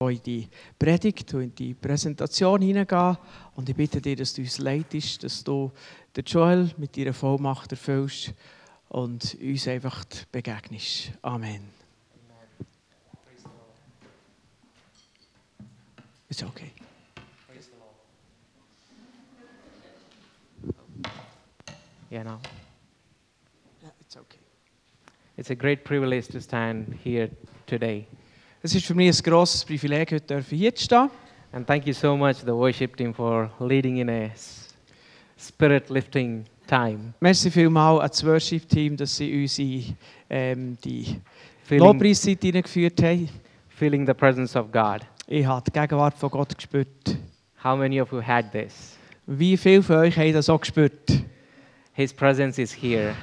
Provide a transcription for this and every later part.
in die Predigt und in die Präsentation hineingehen. Und ich bitte dir, dass du uns leitest, dass du den Joel mit deiner Vollmacht erfüllst und uns einfach begegnest. Amen. Ist okay. Yeah, now It's okay. it's a great privilege to stand here today. Es ist für mich ein grosses Privileg, heute dürfen hier zu stehen. And thank you so much, the worship team, for leading in a spirit lifting time. Merci vielmals an das Worship-Team, dass sie uns in ähm, die Feeling, Lobpreiszeit hineingeführt haben. feeling the presence of God. Ich habe die Gegenwart von Gott gespürt. How many of you had this? Wie viele von euch haben das auch gespürt? His presence is here.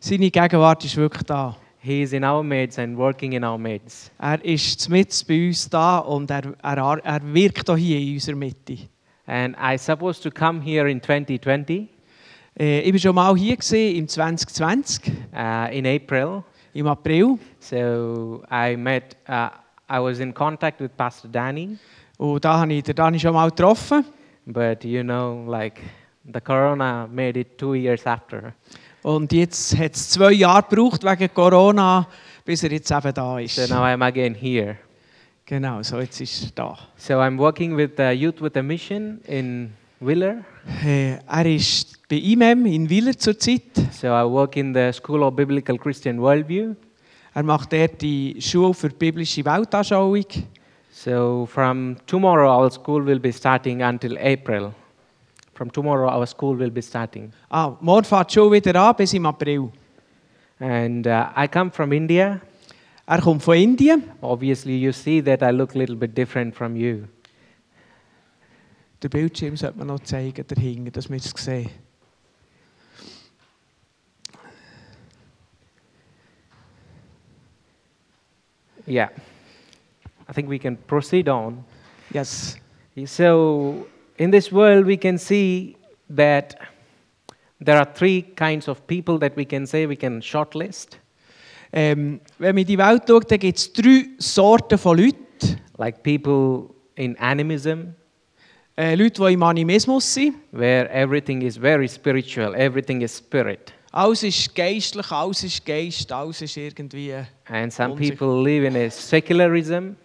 Seine Gegenwart ist wirklich da. He is in our midst and working in our midst. Er ist mit bei uns da und er, er, er wirkt auch hier in unserer Mitte. And I supposed to come here in 2020 Äh, ich war schon mal hier gewesen, im 2020, uh, in April. im April. So I met, uh, I was in contact with Pastor Danny. Und da habe ich den Dani schon mal getroffen. But you know, like the corona made it two years after. Und jetzt hat es zwei Jahre gebraucht wegen Corona, bis er jetzt eben da ist. So now I'm again here. Genau, so jetzt ist er da. So I'm working with uh, Youth with a Mission in Wheeler. Äh, er ist bei IMEM in Wieler zurzeit. So I work in the School of Biblical Christian Worldview. Er macht dort die Schule für biblische Weltanschauung. So from tomorrow, our school will be starting until April. From tomorrow, our school will be starting. Ah, morgen fährt die Schule wieder an, bis im April. And uh, I come from India. Er kommt von Indien. Obviously, you see that I look a little bit different from you. Der Bildschirm sollte man noch zeigen, dahinter, dass wir es sehen. Yeah. I think we can proceed on. Yes. So, "Oh, in this world, we can see that there are three kinds of people that we can say we can shortlist, Ähm, wenn man in die Welt schaut, dann gibt es drei Sorten von Leuten. like people in animism, Äh, Leute, die im Animismus sind. where everything is very spiritual, everything is spirit. Alles ist geistlich, alles ist Geist, alles ist irgendwie... äh, And some Unsicher. people live in a secularism,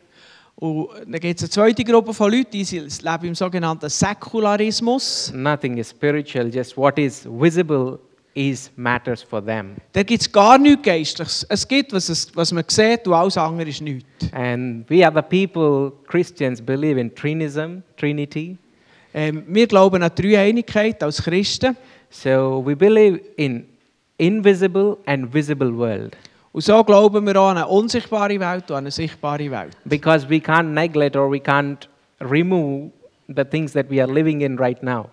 Und dann gibt es eine zweite Gruppe von Leuten, die sie- leben im sogenannten Säkularismus. nothing is spiritual, just what is visible is matters for them. Da gibt es gar nichts Geistliches. Es gibt, was, es, was man sieht und alles andere ist nichts. And we are the people, Christians, believe in Trinism, Trinity. Ähm, wir glauben an die Dreieinigkeit als Christen. So we believe in invisible and visible world Und so glauben wir auch an eine unsichtbare Welt und an eine sichtbare Welt. because we can't neglect or we can't remove the things that we are living in right now.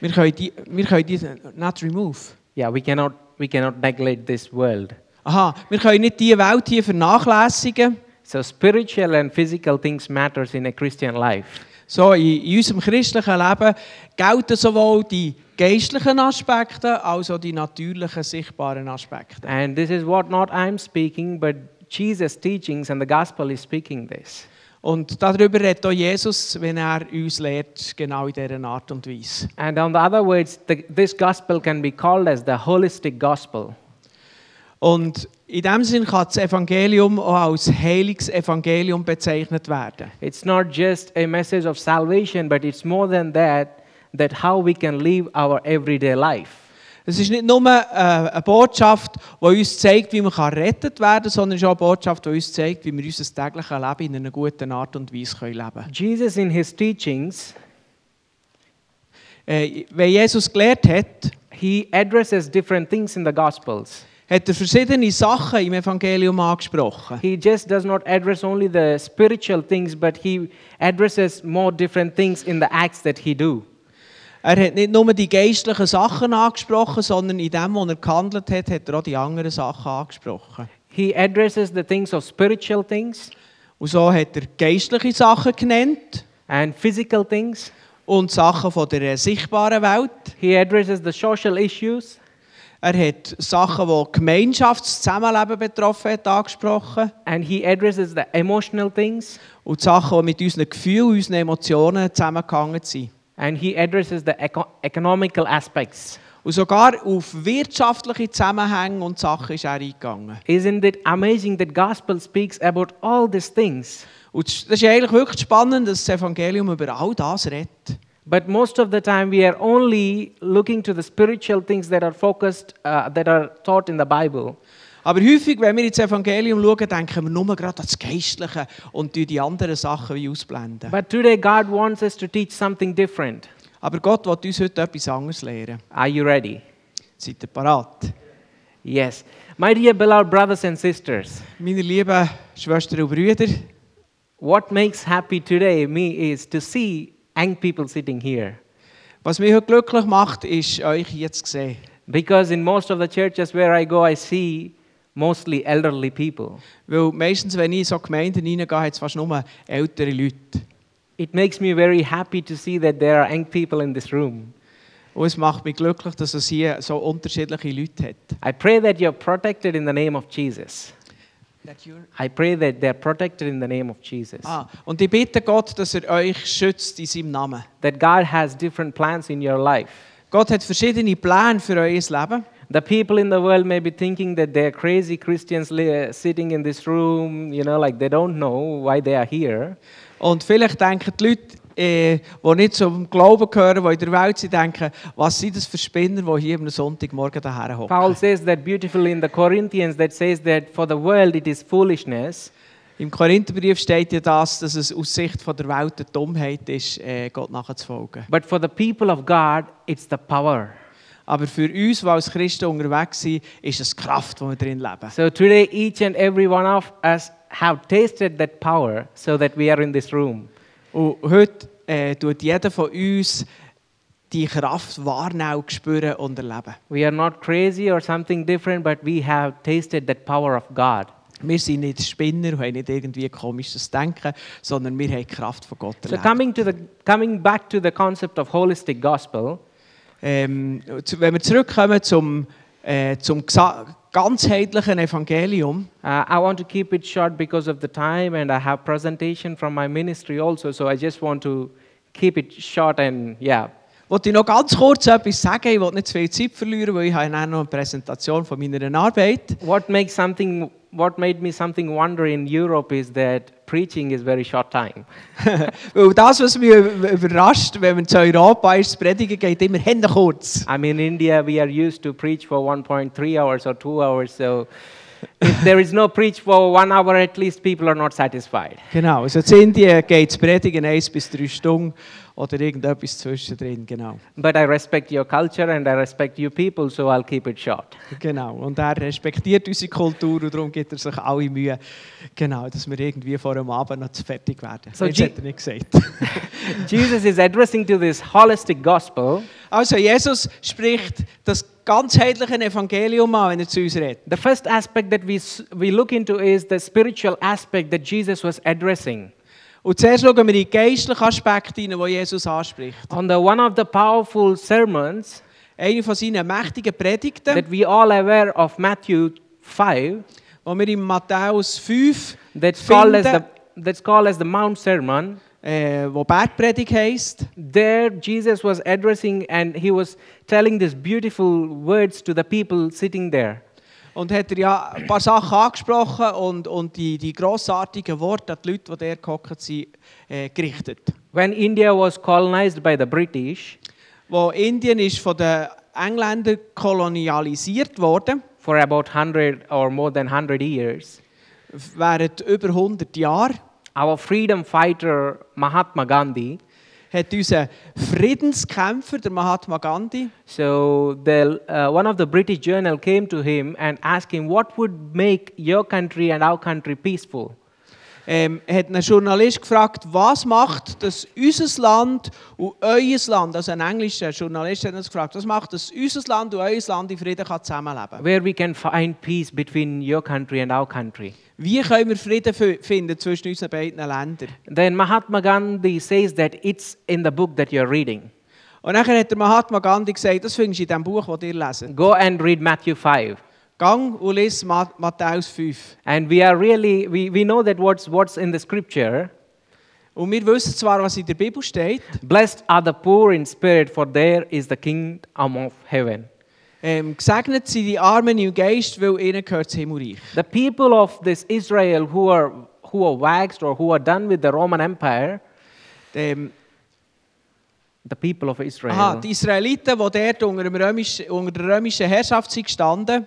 Wir können die, wir können die nicht remove. Yeah, we cannot we cannot neglect this world. Aha, wir können nicht diese Welt hier vernachlässigen. So spiritual and physical things matters in a Christian life. So, in, in unserem christlichen Leben gelten sowohl die geistlichen Aspekte als auch die natürlichen, sichtbaren Aspekte. And this is what not I'm speaking but Jesus teachings and the gospel is speaking this. Und darüber redet auch Jesus, wenn er uns lehrt, genau in dieser Art und Weise. And on the other words, the, this gospel can be called as the holistic gospel. Und in dem Sinn kann das Evangelium auch als heiliges Evangelium bezeichnet werden. It's not just a message of salvation, but it's more than that, that how we can live our everyday life. Es ist nicht nur äh, eine Botschaft, die uns zeigt, wie man gerettet werden kann, sondern es ist auch eine Botschaft, die uns zeigt, wie wir unser tägliches Leben in einer guten Art und Weise können leben können. Jesus, in his teachings, Äh, wenn Jesus gelehrt hat, he addresses different things in the Gospels. hat er verschiedene Sachen im Evangelium angesprochen. He just does not address only the spiritual things, but he addresses more different things in the acts that he do. Er hat nicht nur die geistlichen Sachen angesprochen, sondern in dem, was er gehandelt hat, hat er auch die anderen Sachen angesprochen. He addresses the things of spiritual things Und so hat er geistliche Sachen genannt and physical things. und Sachen von der äh, sichtbaren Welt. He addresses the social issues Er hat Sachen, die Gemeinschaftszusammenleben betroffen hat, angesprochen. And he addresses the emotional things Und die Sachen, die mit unseren Gefühlen, unseren Emotionen zusammengehangen sind. and he addresses the eco- economical aspects. Und sogar auf wirtschaftliche Zusammenhänge und Sachen ist er eingegangen. Isn't it amazing that gospel speaks about all these things? Und das ist eigentlich wirklich spannend, dass das Evangelium über all das redet. But most of the time we are only looking to the spiritual things that are focused uh, that are taught in the Bible. Aber häufig, wenn wir ins Evangelium schauen, denken wir nur gerade an das Geistliche und tun die anderen Sachen wie ausblenden. But today God wants us to teach something different. Aber Gott will uns heute etwas anderes lehren. Are you ready? Seid ihr parat? Yes. My dear beloved brothers and sisters, Meine lieben Schwestern und Brüder, what makes happy today me is to see young people sitting here. was mich heute glücklich macht, ist, euch hier zu sehen. Because in most of the churches where I go, I see mostly elderly people. Weil meistens, wenn ich in so Gemeinden hineingehe, hat es fast nur ältere Leute. It makes me very happy to see that there are young people in this room. Und es macht mich glücklich, dass es hier so unterschiedliche Leute hat. I pray that you're protected in the name of Jesus. I pray that they're protected in the name of Jesus. Ah, und ich bitte Gott, dass er euch schützt in seinem Namen. That God has different plans in your life. Gott hat verschiedene Pläne für euer Leben. The people in the world may be thinking that they're crazy Christians li- uh, sitting in this room, you know, like they don't know why they are here. Und vielleicht denken die Leute, äh, die nicht zum Glauben gehören, die in der Welt sind, denken, was sind das für Spinner, die hier am Sonntagmorgen daher Paul hocken. says that beautifully in the Corinthians that says that for the world it is foolishness, Im Korintherbrief steht ja das, dass es aus Sicht von der Welt eine Dummheit ist, äh, Gott nachzufolgen. but for the people of God it's the power. Aber für uns, die als Christen unterwegs sind, ist es Kraft, die wir drin leben. So today each and every one of us have tasted that power so that we are in this room. Und heute äh, tut jeder von uns die Kraft wahrnehmen, spüren und erleben. We are not crazy or something different, but we have tasted that power of God. Wir sind nicht Spinner und haben nicht irgendwie komisches Denken, sondern wir haben die Kraft von Gott So erlebt. coming to the coming back to the concept of holistic gospel, Ähm, zu- wenn wir zurückkommen zum, äh, zum gesa- ganzheitlichen Evangelium, Uh, I want to keep it short because of the time, and I have presentation from my ministry also. So I just want to keep it short and yeah. wollte ich noch ganz kurz etwas sagen. Ich will nicht zu viel Zeit verlieren, weil ich habe dann noch eine Präsentation von meiner Arbeit. What makes something, what made me something wonder in Europe is that preaching is very short time. Weil das, was mich ü- überrascht, wenn man zu Europa ist, das Predigen geht immer Hände kurz. I mean, in India we are used to preach for 1.3 hours or two hours. So if there is no preach for one hour, at least people are not satisfied. Genau, also in Indien geht das Predigen 1 bis 3 Stunden oder irgendetwas zwischendrin, genau. But I respect your culture and I respect you people, so I'll keep it short. Genau, und er respektiert unsere Kultur und darum gibt er sich alle Mühe, genau, dass wir irgendwie vor dem Abend noch zu fertig werden. So, Jetzt Je- hat er nicht gesagt. Jesus is addressing to this holistic gospel. Also Jesus spricht das ganzheitliche Evangelium an, wenn er zu uns redet. The first aspect that we, s- we look into is the spiritual aspect that Jesus was addressing. Und zuerst schauen wir in die geistlichen Aspekte hinein, die Jesus anspricht. On the one of the powerful sermons Eine von seinen mächtigen Predigten, that we all are aware of Matthew 5 die wir in Matthäus 5 that's called as the finden, that's called as the Mount Sermon. äh, wo Bergpredigt heisst, There Jesus was addressing and he was telling these beautiful words to the people sitting there. Und hat er ja ein paar Sachen angesprochen und, und die, die grossartigen Worte an die Leute, die dort gehockt sind, äh, gerichtet. When India was colonized by the British Wo Indien ist von den Engländern kolonialisiert worden, for about 100 or more than 100 years, während über 100 Jahren, our freedom fighter Mahatma Gandhi hat unser Friedenskämpfer, der Mahatma Gandhi, So the, uh, one of the British journal came to him and asked him, "What would make your country and our country peaceful?" ähm, hat einen Journalist gefragt, was macht das unser Land und euer Land, also ein englischer Journalist hat uns gefragt, was macht das unser Land und euer Land in Frieden kann zusammenleben Where we can find peace between your country and our country? Wie können wir Frieden fi- finden zwischen unseren beiden Ländern? Then Mahatma Gandhi says that it's in the book that you're reading. Und nachher hat der Mahatma Gandhi gesagt, das findest du in dem Buch, das ihr lesen. Go and read Matthew 5. Gang und lies Ma- Matthäus 5. And we are really, we, we know that what's, what's in the scripture. Und wir wissen zwar, was in der Bibel steht, Blessed are the poor in spirit, for there is the kingdom of heaven. ähm, gesegnet sind die Armen im Geist, weil ihnen gehört das Himmelreich. The people of this Israel who are, who are waxed or who are done with the Roman Empire, Ähm, the people of Israel, aha, die Israeliten, die dort unter, dem römischen, unter der römischen Herrschaft sind gestanden,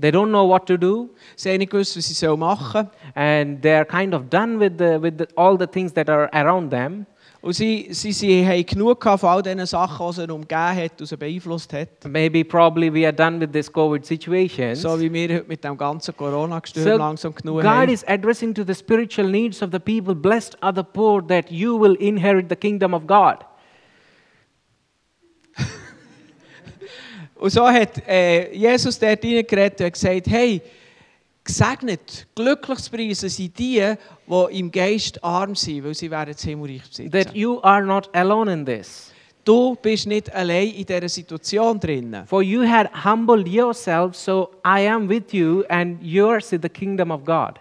they don't know what to do. sie haben nicht gewusst, was sie sollen machen And they're kind of done with, the, with the, all the things that are around them. Und sie, sie, sie haben genug gehabt von all diesen Sachen, die sie umgeben hat und sie beeinflusst hat. Maybe, probably, we are done with this COVID situation. So wie wir heute mit dem ganzen Corona-Gestürm So, langsam genug God haben. is addressing to the spiritual needs of the people. Blessed are the poor that you will inherit the kingdom of God. Und so hat äh, Jesus dort hineingeredet und hat gesagt, hey, gesegnet, glücklich zu preisen sind die, die im Geist arm sind, weil sie werden das Himmelreich That besitzen. you are not alone in this. Du bist nicht allein in dieser Situation drin. For you had humbled yourself, so I am with you, and yours is the kingdom of God.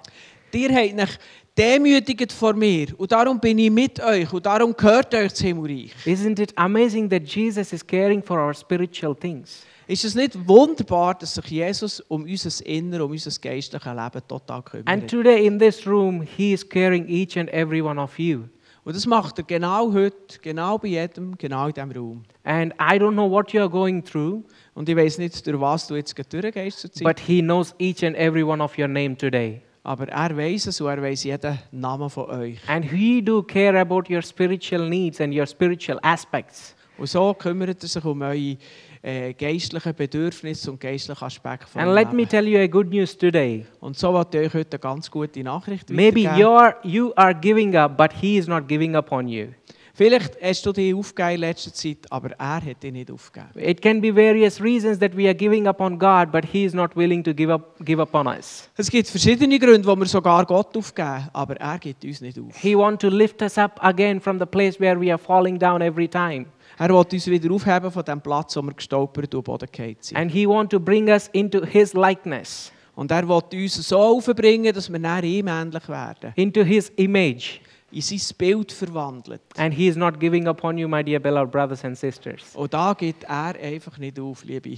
Ihr habt euch demütigt vor mir und darum bin ich mit euch und darum gehört euch das Himmelreich. Isn't it amazing that Jesus is caring for our spiritual things? Ist es nicht wunderbar, dass sich Jesus um unser Inner, um unser geistliches Leben total And kümmert? today in this room, He is caring each and every one of you. Und das macht er genau heute, genau bei jedem, genau in diesem Raum. And I don't know what you are going through, Und ich weiß nicht, durch was du jetzt gerade durchgehst zur Zeit, but He knows each and every one of your name today. aber er weiß es und er weiß jeden Namen von euch. And He do care about your spiritual needs and your spiritual aspects. Und so kümmert er sich um eure äh, geistlichen Bedürfnisse und geistlichen Aspekte von And let me Leben. tell you a good news today. Und so wollte ich euch heute eine ganz gute Nachricht Maybe weitergeben. you're, you are giving up, but He is not giving up on you. Vielleicht hast du dich aufgegeben in letzter Zeit, aber er hat dich nicht aufgegeben. It can be various reasons that we are giving up on God, but He is not willing to give up give up on us. Es gibt verschiedene Gründe, wo wir sogar Gott aufgeben, aber er gibt uns nicht auf. He wants to lift us up again from the place where we are falling down every time. Er will uns wieder aufheben von dem Platz, wo wir gestolpert und am Boden gefallen sind. And He wants to bring us into His likeness, Und er will uns so aufbringen, dass wir nach ihm ähnlich werden. into His image. In sein Bild verwandelt. And He is not giving up on you, my dear beloved brothers and sisters. Und da gibt er einfach nicht auf, liebe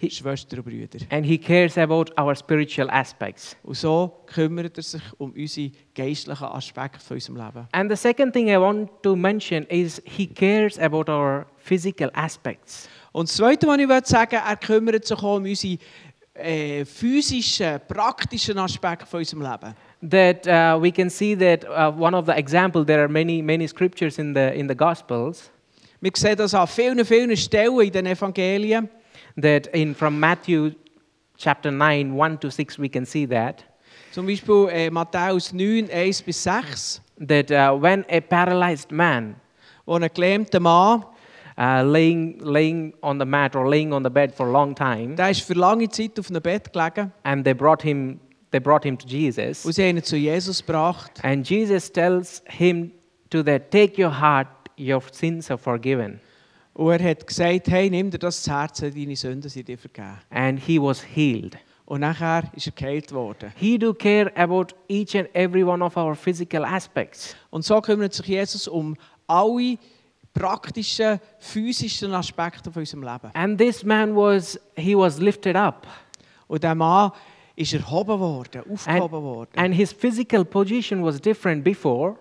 He- Schwestern und Brüder. And He cares about our spiritual aspects. Und so kümmert er sich um unsere geistlichen Aspekte von unserem Leben. And the second thing I want to mention is He cares about our physical aspects. Und das Zweite, was ich will sagen er kümmert sich auch um unsere äh, physischen, praktischen Aspekte von unserem Leben. that uh, we can see that uh, one of the example there are many many scriptures in the in the gospels Wir sehen das an vielen, vielen Stellen in den Evangelien. that in from matthew chapter 9 1 to 6 we can see that Zum Beispiel äh, Matthäus 9, 1 bis 6, that uh, when a paralyzed man wo ein gelähmter Mann uh, laying laying on the mat or laying on the bed for a long time Der ist für lange Zeit auf einem Bett gelegen and they brought him they brought him to jesus und sie haben ihn zu Jesus gebracht. and jesus tells him to that take your heart your sins are forgiven Und er hat gesagt, hey, nimm dir das zu Herzen, deine Sünden sind dir vergeben. and he was healed Und nachher ist er geheilt worden. He do care about each and every one of our physical aspects. Und so kümmert sich Jesus um alle praktischen, physischen Aspekte von unserem Leben. And this man was he was lifted up Und der Mann ist erhoben worden, and, aufgehoben worden. and his physical position was different before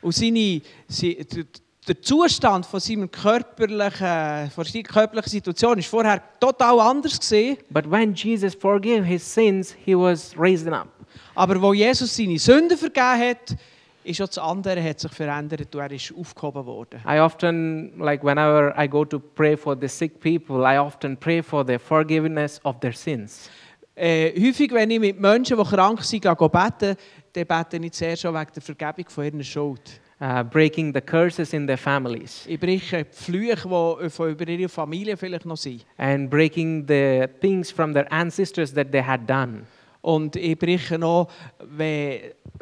Und seine, sie, der- der Zustand von seinem körperlichen, von seiner körperlichen Situation war vorher total anders. Gewesen. but when Jesus forgave his sins he was raised up. Aber wo Jesus seine Sünden vergeben hat, ist auch das andere hat sich verändert und er ist aufgehoben worden. I often like whenever I go to pray for the sick people I often pray for their forgiveness of their sins. Äh, häufig, wenn ich mit Menschen, die krank sind, gehe bete, dann bete ich sehr schon wegen der Vergebung von ihrer Schuld. uh, breaking the curses in their families Ich breche die Flüche, die von über ihre Familie vielleicht noch sind. and breaking the things from their ancestors that they had done. Und ich breche noch, wenn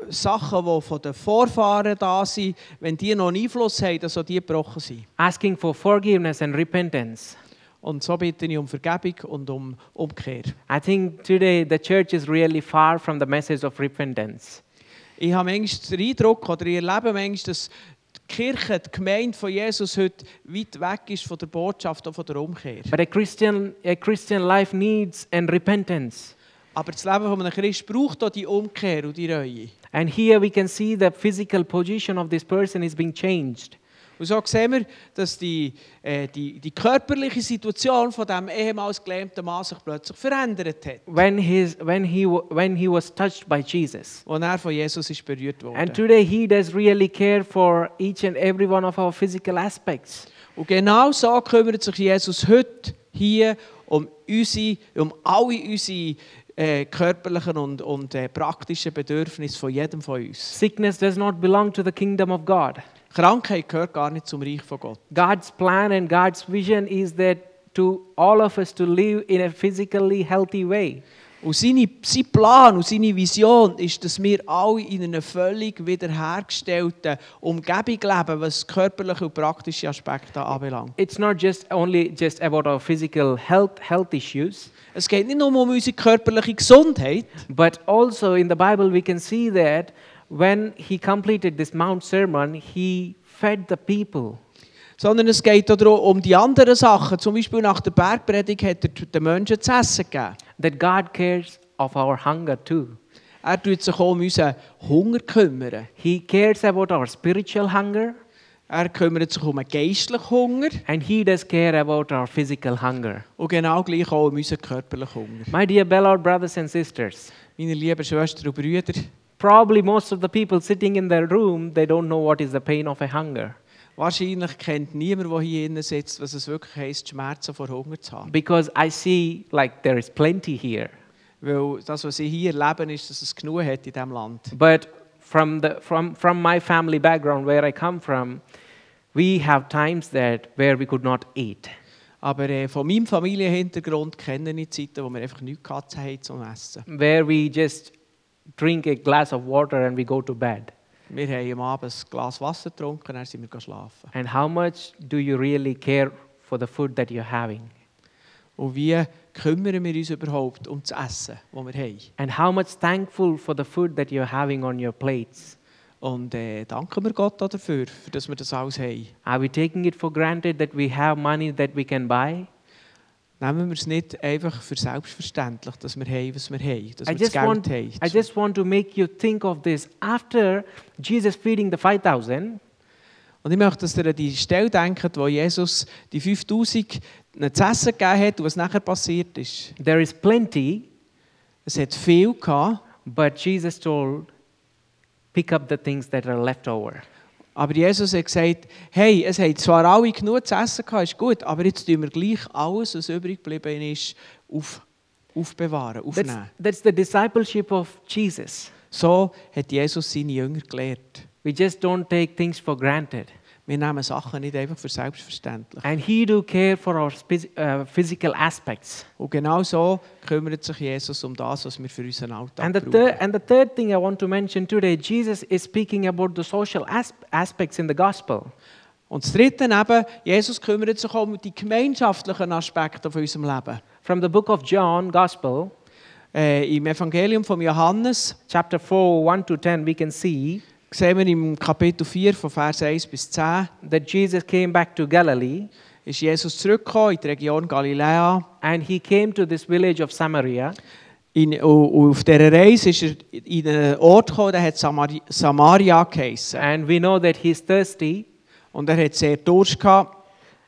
Sachen, die von den Vorfahren da sind, wenn die noch einen Einfluss haben, dass auch die gebrochen sind. asking for forgiveness and repentance. Und so bitte ich um Vergebung und um Umkehr. I think today the church is really far from the message of repentance. Ich habe manchmal den Eindruck, oder ich erlebe manchmal, dass die Kirche, die Gemeinde von Jesus heute weit weg ist von der Botschaft und von der Umkehr. But a Christian, a Christian life needs and repentance. Aber das Leben von einem Christ braucht auch die Umkehr und die Reue. And here we can see the physical position of this person is being changed. Und so sehen wir, dass die, äh, die, die körperliche Situation von dem ehemals gelähmten Mann sich plötzlich verändert hat, When, his, when, he, wa- when he was touched by Jesus. als er von Jesus ist berührt And wurde. today he does really care for each and every one of our physical aspects. Und genau so kümmert sich Jesus heute hier um, unsere, um alle unsere äh, körperlichen und, und äh, praktischen Bedürfnisse von jedem von uns. Sickness does not belong to the kingdom of God. Krankheit gehört gar nicht zum Reich von Gott. God's plan and God's vision is that to all of us to live in a physically healthy way. Und seine, sein Plan und seine Vision ist, dass wir alle in einer völlig wiederhergestellten Umgebung leben, was körperliche und praktische Aspekte anbelangt. It's not just only just about our physical health health issues, Es geht nicht nur um unsere körperliche Gesundheit, but also in the Bible we can see that when he completed this mount sermon, he fed the people. sondern es geht auch darum, um die anderen Sachen. Zum Beispiel nach der Bergpredigt hat er den Menschen zu essen gegeben. That God cares of our hunger too. Er tut sich auch um unseren Hunger kümmern. He cares about our spiritual hunger Er kümmert sich um den geistlichen Hunger and he does care about our physical hunger. und genau gleich auch um unseren körperlichen Hunger. My dear beloved brothers and sisters, Meine lieben Schwestern und Brüder, Probably most of the people sitting in their room, they don't know what is the pain of a hunger Wahrscheinlich kennt niemand, der hier innen sitzt, was es wirklich heisst, die Schmerzen vor Hunger zu haben. because I see like there is plenty here. Weil das, was sie hier erleben, ist, dass es genug hat in diesem Land. But from, the, from, from my family background, where I come from, we have times that where we could not eat. Aber äh, von meinem Familienhintergrund kenne ich Zeiten, wo wir einfach nichts gehabt haben zum Essen. Where we just drink a glass of water and we go to bed. Wir haben am Abend ein Glas Wasser getrunken, dann sind wir gehen schlafen. And how much do you really care for the food that you're having? Und wie kümmern wir uns überhaupt um das Essen, das wir haben? And how much thankful for the food that you're having on your plates? Und äh, danken wir Gott auch dafür, für dass wir das alles haben. Are we taking it for granted that we have money that we can buy? Nehmen wir es nicht einfach für selbstverständlich, dass wir haben, was wir haben, dass I wir das just, Geld want, haben. I just want to make you think of this. After Jesus feeding the 5,000, Und ich möchte, dass ihr an die Stelle denkt, wo Jesus die 5000 ihnen zu essen gegeben hat und was nachher passiert ist. there is plenty, Es hat viel gehabt, but Jesus told, pick up the things that are left over. aber Jesus hat gesagt: Hey, es haben zwar alle genug zu essen gehabt, ist gut, aber jetzt tun wir gleich alles, was übrig geblieben ist, auf, aufbewahren, That's, aufnehmen. that's the discipleship of Jesus. So hat Jesus seine Jünger gelehrt. We just don't take things for granted. Wir nehmen Sachen nicht einfach für selbstverständlich. And He do care for our spis- uh, physical aspects. Und genau so kümmert sich Jesus um das, was wir für unseren Alltag And the, brauchen. third, and the third thing I want to mention today, Jesus is speaking about the social asp- aspects in the gospel. Und das Dritte eben, Jesus kümmert sich auch um die gemeinschaftlichen Aspekte von unserem Leben. From the book of John, Gospel, Äh, Im Evangelium von Johannes chapter 4, 1 to 10, we can see sehen wir im Kapitel 4 von Vers 1 bis 10, that Jesus came back to Galilee ist Jesus zurückgekommen in die Region Galiläa. and he came to this village of Samaria. In, und und auf dieser Reise ist er in einen Ort gekommen, der hat Samari Samaria geheissen. And we know that he's thirsty Und er hat sehr Durst gehabt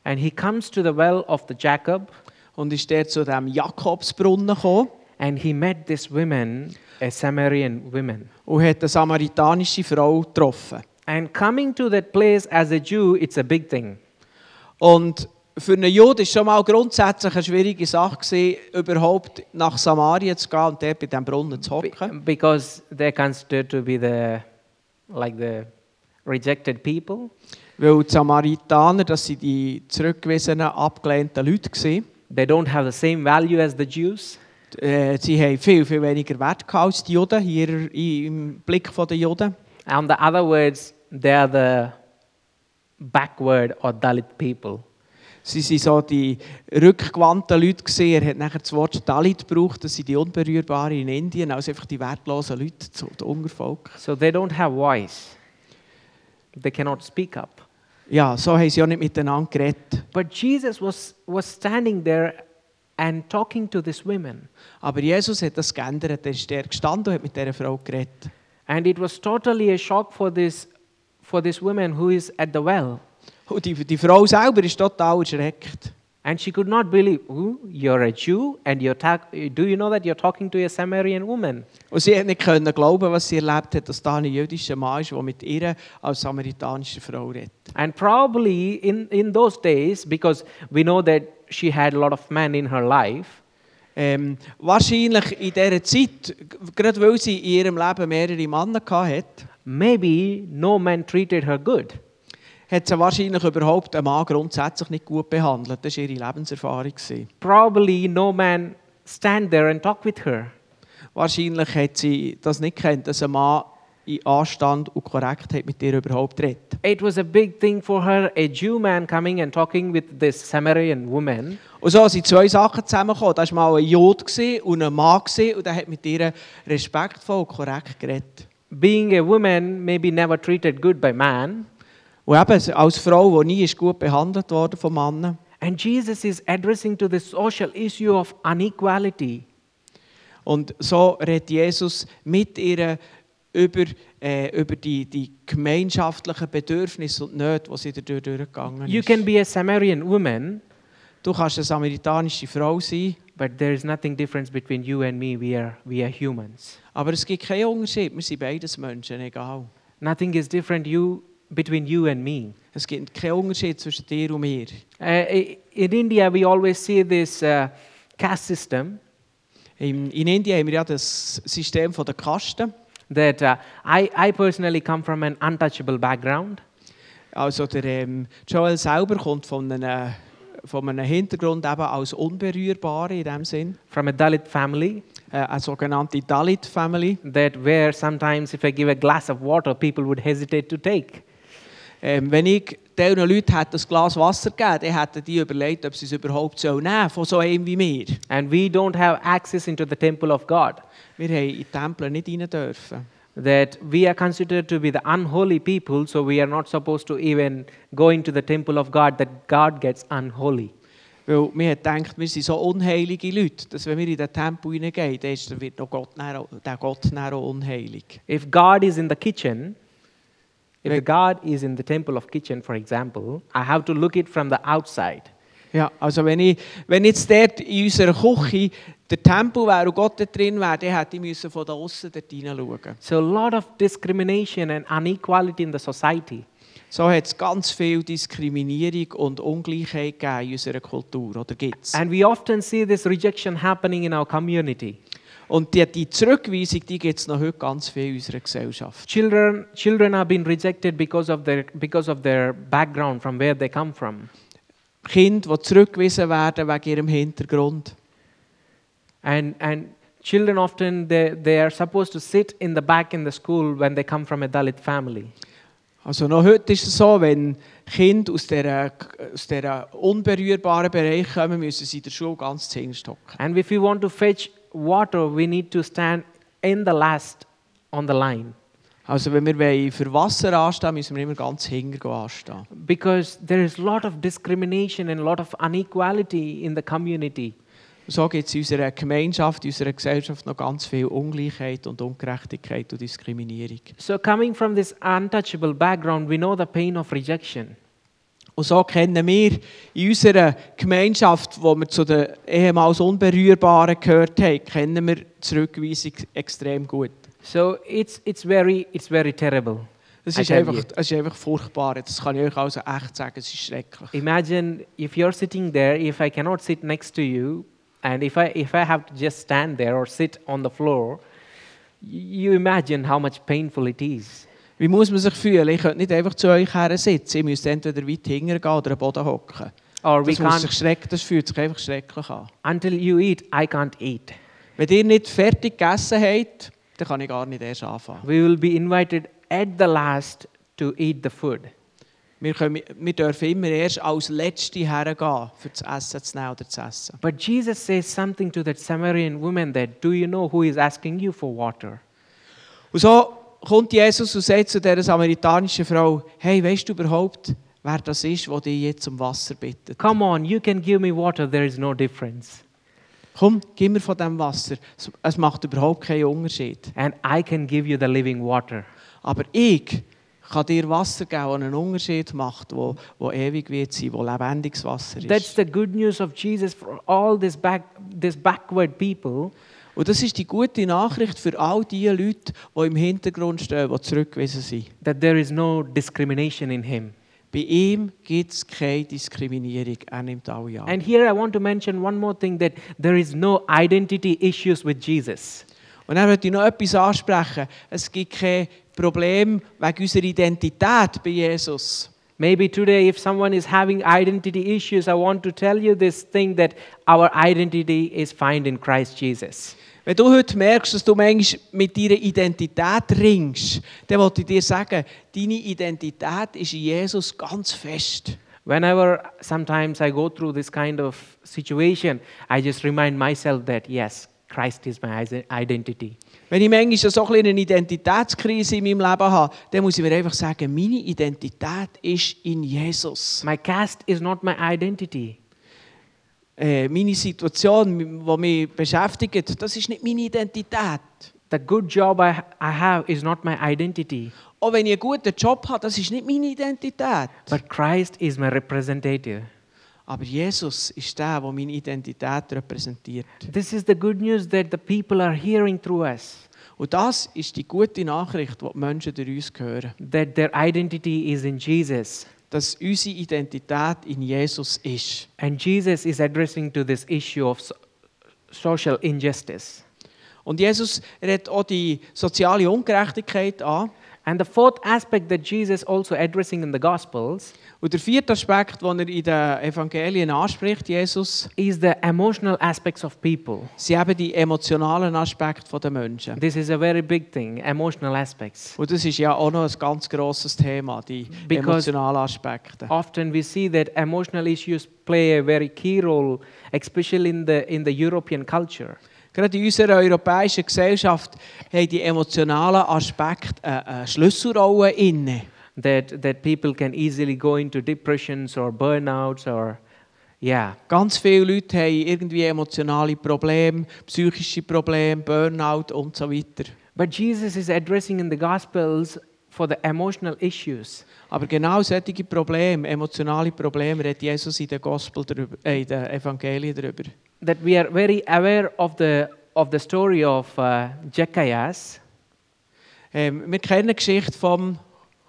and he comes to the well of the Jacob und ist dort zu dem Jakobsbrunnen gekommen and he met this woman, a Samaritan woman. und hat eine samaritanische Frau getroffen. And coming to that place as a Jew, it's a big thing. Und für einen Juden war schon mal grundsätzlich eine schwierige Sache, gewesen, überhaupt nach Samarien zu gehen und dort bei diesem Brunnen zu Be- hocken. Because they're considered to be the, like the rejected people. Weil die Samaritaner, das sind die zurückgewiesenen, abgelehnten Leute. Gewesen. They don't have the same value as the Jews. Äh, sie haben viel, viel weniger Wert gehabt als die Juden, in ihrer, in, im Blick der Juden. And the other words, they are the backward or Dalit people. Sie waren so die rückgewandten Leute. Gewesen. Er hat nachher das Wort Dalit gebraucht, das sind die Unberührbaren in Indien, also einfach die wertlosen Leute, so das Untervolk. So they don't have voice. They cannot speak up. Ja, so haben sie auch nicht miteinander geredet. But Jesus was, was standing there and talking to this woman. Aber Jesus hat das geändert. Er ist der gestanden und hat mit dieser Frau geredet. And it was totally a shock for this, for this woman who is at the well. Und die, die Frau selber ist total erschreckt. And she could not believe, "Who? you're a Jew and you're ta- do you know that you're talking to a Samaritan woman? Und sie hat nicht können glauben, was sie erlebt hat, dass da ein jüdischer Mann ist, der mit ihr als samaritanische Frau redet. And probably in, in those days, because we know that she had a lot of men in her life, Ähm, wahrscheinlich in dieser Zeit, g- gerade weil sie in ihrem Leben mehrere Männer hatte, maybe no man treated her good. hat sie wahrscheinlich überhaupt einen Mann grundsätzlich nicht gut behandelt. Das war ihre Lebenserfahrung. gewesen. Probably no man stand there and talk with her. Wahrscheinlich hat sie das nicht gekannt, dass ein Mann in Anstand und Korrektheit mit ihr überhaupt redet. It was a big thing for her, a Jew man coming and talking with this Samaritan woman. Und so sind zwei Sachen zusammengekommen. Da war mal ein Jod gewesen und ein Mann gewesen, und der hat mit ihr respektvoll und korrekt geredet. Being a woman, maybe never treated good by man. Und eben als Frau, die nie ist gut behandelt wurde von Männern. And Jesus is addressing to the social issue of inequality. Und so redet Jesus mit ihr über, äh, über die, die gemeinschaftlichen Bedürfnisse und Nöte, die sie dadurch durchgegangen You ist. can be a Samaritan woman, Du kannst eine samaritanische Frau sein, but there is nothing difference between you and me. We are, we are humans. aber es gibt keinen Unterschied. Wir sind beides Menschen, egal. Nothing is different you, between you and me. Es gibt keinen Unterschied zwischen dir und mir. Uh, i- in India, we always see this uh, caste system In, in Indien haben wir ja das System von der Kasten. that uh, I, I personally come from an untouchable background. Also der ähm, Joel selber kommt von einem, von einem Hintergrund eben als Unberührbare in dem Sinn. from a Dalit family Äh, eine sogenannte Dalit-Family. that where sometimes if I give a glass of water, people would hesitate to take. Ähm, wenn ich diesen Leuten hätte ein Glas Wasser gegeben dann hätten die überlegt, ob sie es überhaupt sollen nehmen sollen, von so einem wie mir. And we don't have access into the temple of God. Wir haben in die Tempel nicht rein dürfen. That we are considered to be the unholy people, so we are not supposed to even go into the temple of God, that God gets unholy. Weil man hat gedacht, wir sind so unheilige Leute, dass wenn wir in den Tempel hineingehen, dann ist- dann wird noch Gott näher, der Gott näher auch unheilig. If God is in the kitchen, if the Right. God is in the temple of kitchen, for example, I have to look it from the outside. Ja, also wenn, ich, wenn jetzt dort in unserer Küche der Tempel wäre und Gott da drin wäre, dann hätte ich müssen von da außen dort hineinschauen. So a lot of discrimination and inequality in the society. So hat es ganz viel Diskriminierung und Ungleichheit gegeben in unserer Kultur, oder gibt es? And we often see this rejection happening in our community. Und die, die Zurückweisung, die gibt es noch heute ganz viel in unserer Gesellschaft. Children, children are being rejected because of, their, because of their background, from where they come from. Kinder, die zurückgewiesen werden wegen ihrem Hintergrund. And, and children often, they, they are supposed to sit in the back in the school when they come from a Dalit family. Also noch heute ist es so, wenn Kinder aus dieser, aus dieser unberührbaren Bereich kommen, müssen sie in der Schule ganz zuhinterst hocken. And if we want to fetch water, we need to stand in the last on the line Also wenn wir wollen für Wasser anstehen, müssen wir immer ganz hinten anstehen. because there is a lot of discrimination and a lot of inequality in the community. Und so gibt es in unserer Gemeinschaft, in unserer Gesellschaft noch ganz viel Ungleichheit und Ungerechtigkeit und Diskriminierung. So, coming from this untouchable background, we know the pain of rejection. Und so kennen wir in unserer Gemeinschaft, wo wir zu den ehemals Unberührbaren gehört haben, kennen wir die Zurückweisung extrem gut. So it's it's very it's very terrible. Es I ist, tell einfach, you. es ist einfach furchtbar. Das kann ich euch also echt sagen, es ist schrecklich. Imagine if you're sitting there, if I cannot sit next to you, and if I if I have to just stand there or sit on the floor, y- you imagine how much painful it is. Wie muss man sich fühlen? Ich könnte nicht einfach zu euch her sitzen. Ihr müsst entweder weit hingehen oder am Boden hocken. Or we Das, muss sich can't schreck, das fühlt sich einfach schrecklich an. until you eat, I can't eat. Wenn ihr nicht fertig gegessen habt, dann kann ich gar nicht erst anfangen. We will be invited at the last to eat the food. Wir, können, wir dürfen immer erst als Letzte hergehen, für das Essen zu nehmen oder zu essen. But Jesus says something to that Samaritan woman that, Do you know who is asking you for water? Und so kommt Jesus und sagt zu dieser samaritanischen Frau, hey, weißt du überhaupt, wer das ist, der dich jetzt um Wasser bittet? Come on, you can give me water, there is no difference. Komm, gib mir von dem Wasser. Es- Es macht überhaupt keinen Unterschied. And I can give you the living water. Aber ich kann dir Wasser geben, das einen Unterschied macht, wo, wo ewig wird sein, wo lebendiges Wasser ist. That's the good news of Jesus for all this, back, this backward people. und das ist die gute Nachricht für all die Leute, die im Hintergrund stehen, die zurückgewiesen sind. that there is no discrimination in him. Bei ihm gibt es keine Diskriminierung. Er nimmt alle an. And here I want to mention one more thing that there is no identity issues with Jesus. Und dann möchte ich noch etwas ansprechen. Es gibt kein Problem wegen unserer Identität bei Jesus. Maybe today, if someone is having identity issues, I want to tell you this thing that our identity is found in Christ Jesus. Wenn du heute merkst, dass du manchmal mit deiner Identität ringst, dann wollte ich dir sagen, deine Identität ist in Jesus ganz fest. Whenever sometimes I go through this kind of situation, I just remind myself that yes, Christ is my isen- identity. Wenn ich manchmal so ein bisschen eine Identitätskrise in meinem Leben habe, dann muss ich mir einfach sagen, meine Identität ist in Jesus. My caste is not my identity. Äh, meine Situation, die mich beschäftigt, das ist nicht meine Identität. The good job I, ha- I have is not my identity. Auch wenn ich einen guten Job habe, das ist nicht meine Identität. But Christ is my representative. Aber Jesus ist der, der meine Identität repräsentiert. This is the good news that the people are hearing through us Und das ist die gute Nachricht, die die Menschen durch uns hören. that their identity is in Jesus. Dass unsere Identität in Jesus ist. And Jesus is addressing to this issue of so- social injustice. Und Jesus redet auch die soziale Ungerechtigkeit an. And the fourth aspect that Jesus also addressing in the gospels Und der vierte Aspekt, den er in den Evangelien anspricht, Jesus, is the emotional aspects of people. sind eben die emotionalen Aspekte der Menschen. This is a very big thing, emotional aspects. Und das ist ja auch noch ein ganz grosses Thema, die Because- emotionalen Aspekte. Often we see that emotional issues play a very key role, especially in the, in the European culture. Gerade in unserer europäischen Gesellschaft haben die emotionalen Aspekte eine, eine Schlüsselrolle inne. that that people can easily go into depressions or burnouts or yeah Ganz viele Leute haben irgendwie emotionale Probleme, psychische Probleme, Burnout und so weiter. but jesus is addressing in the gospels for the emotional issues Aber genau solche Probleme, emotionale Probleme, redet Jesus in den, Gospel drüber, äh, in den Evangelien darüber. that we are very aware of the of the story of uh, Jechaias Ähm, wir kennen die Geschichte von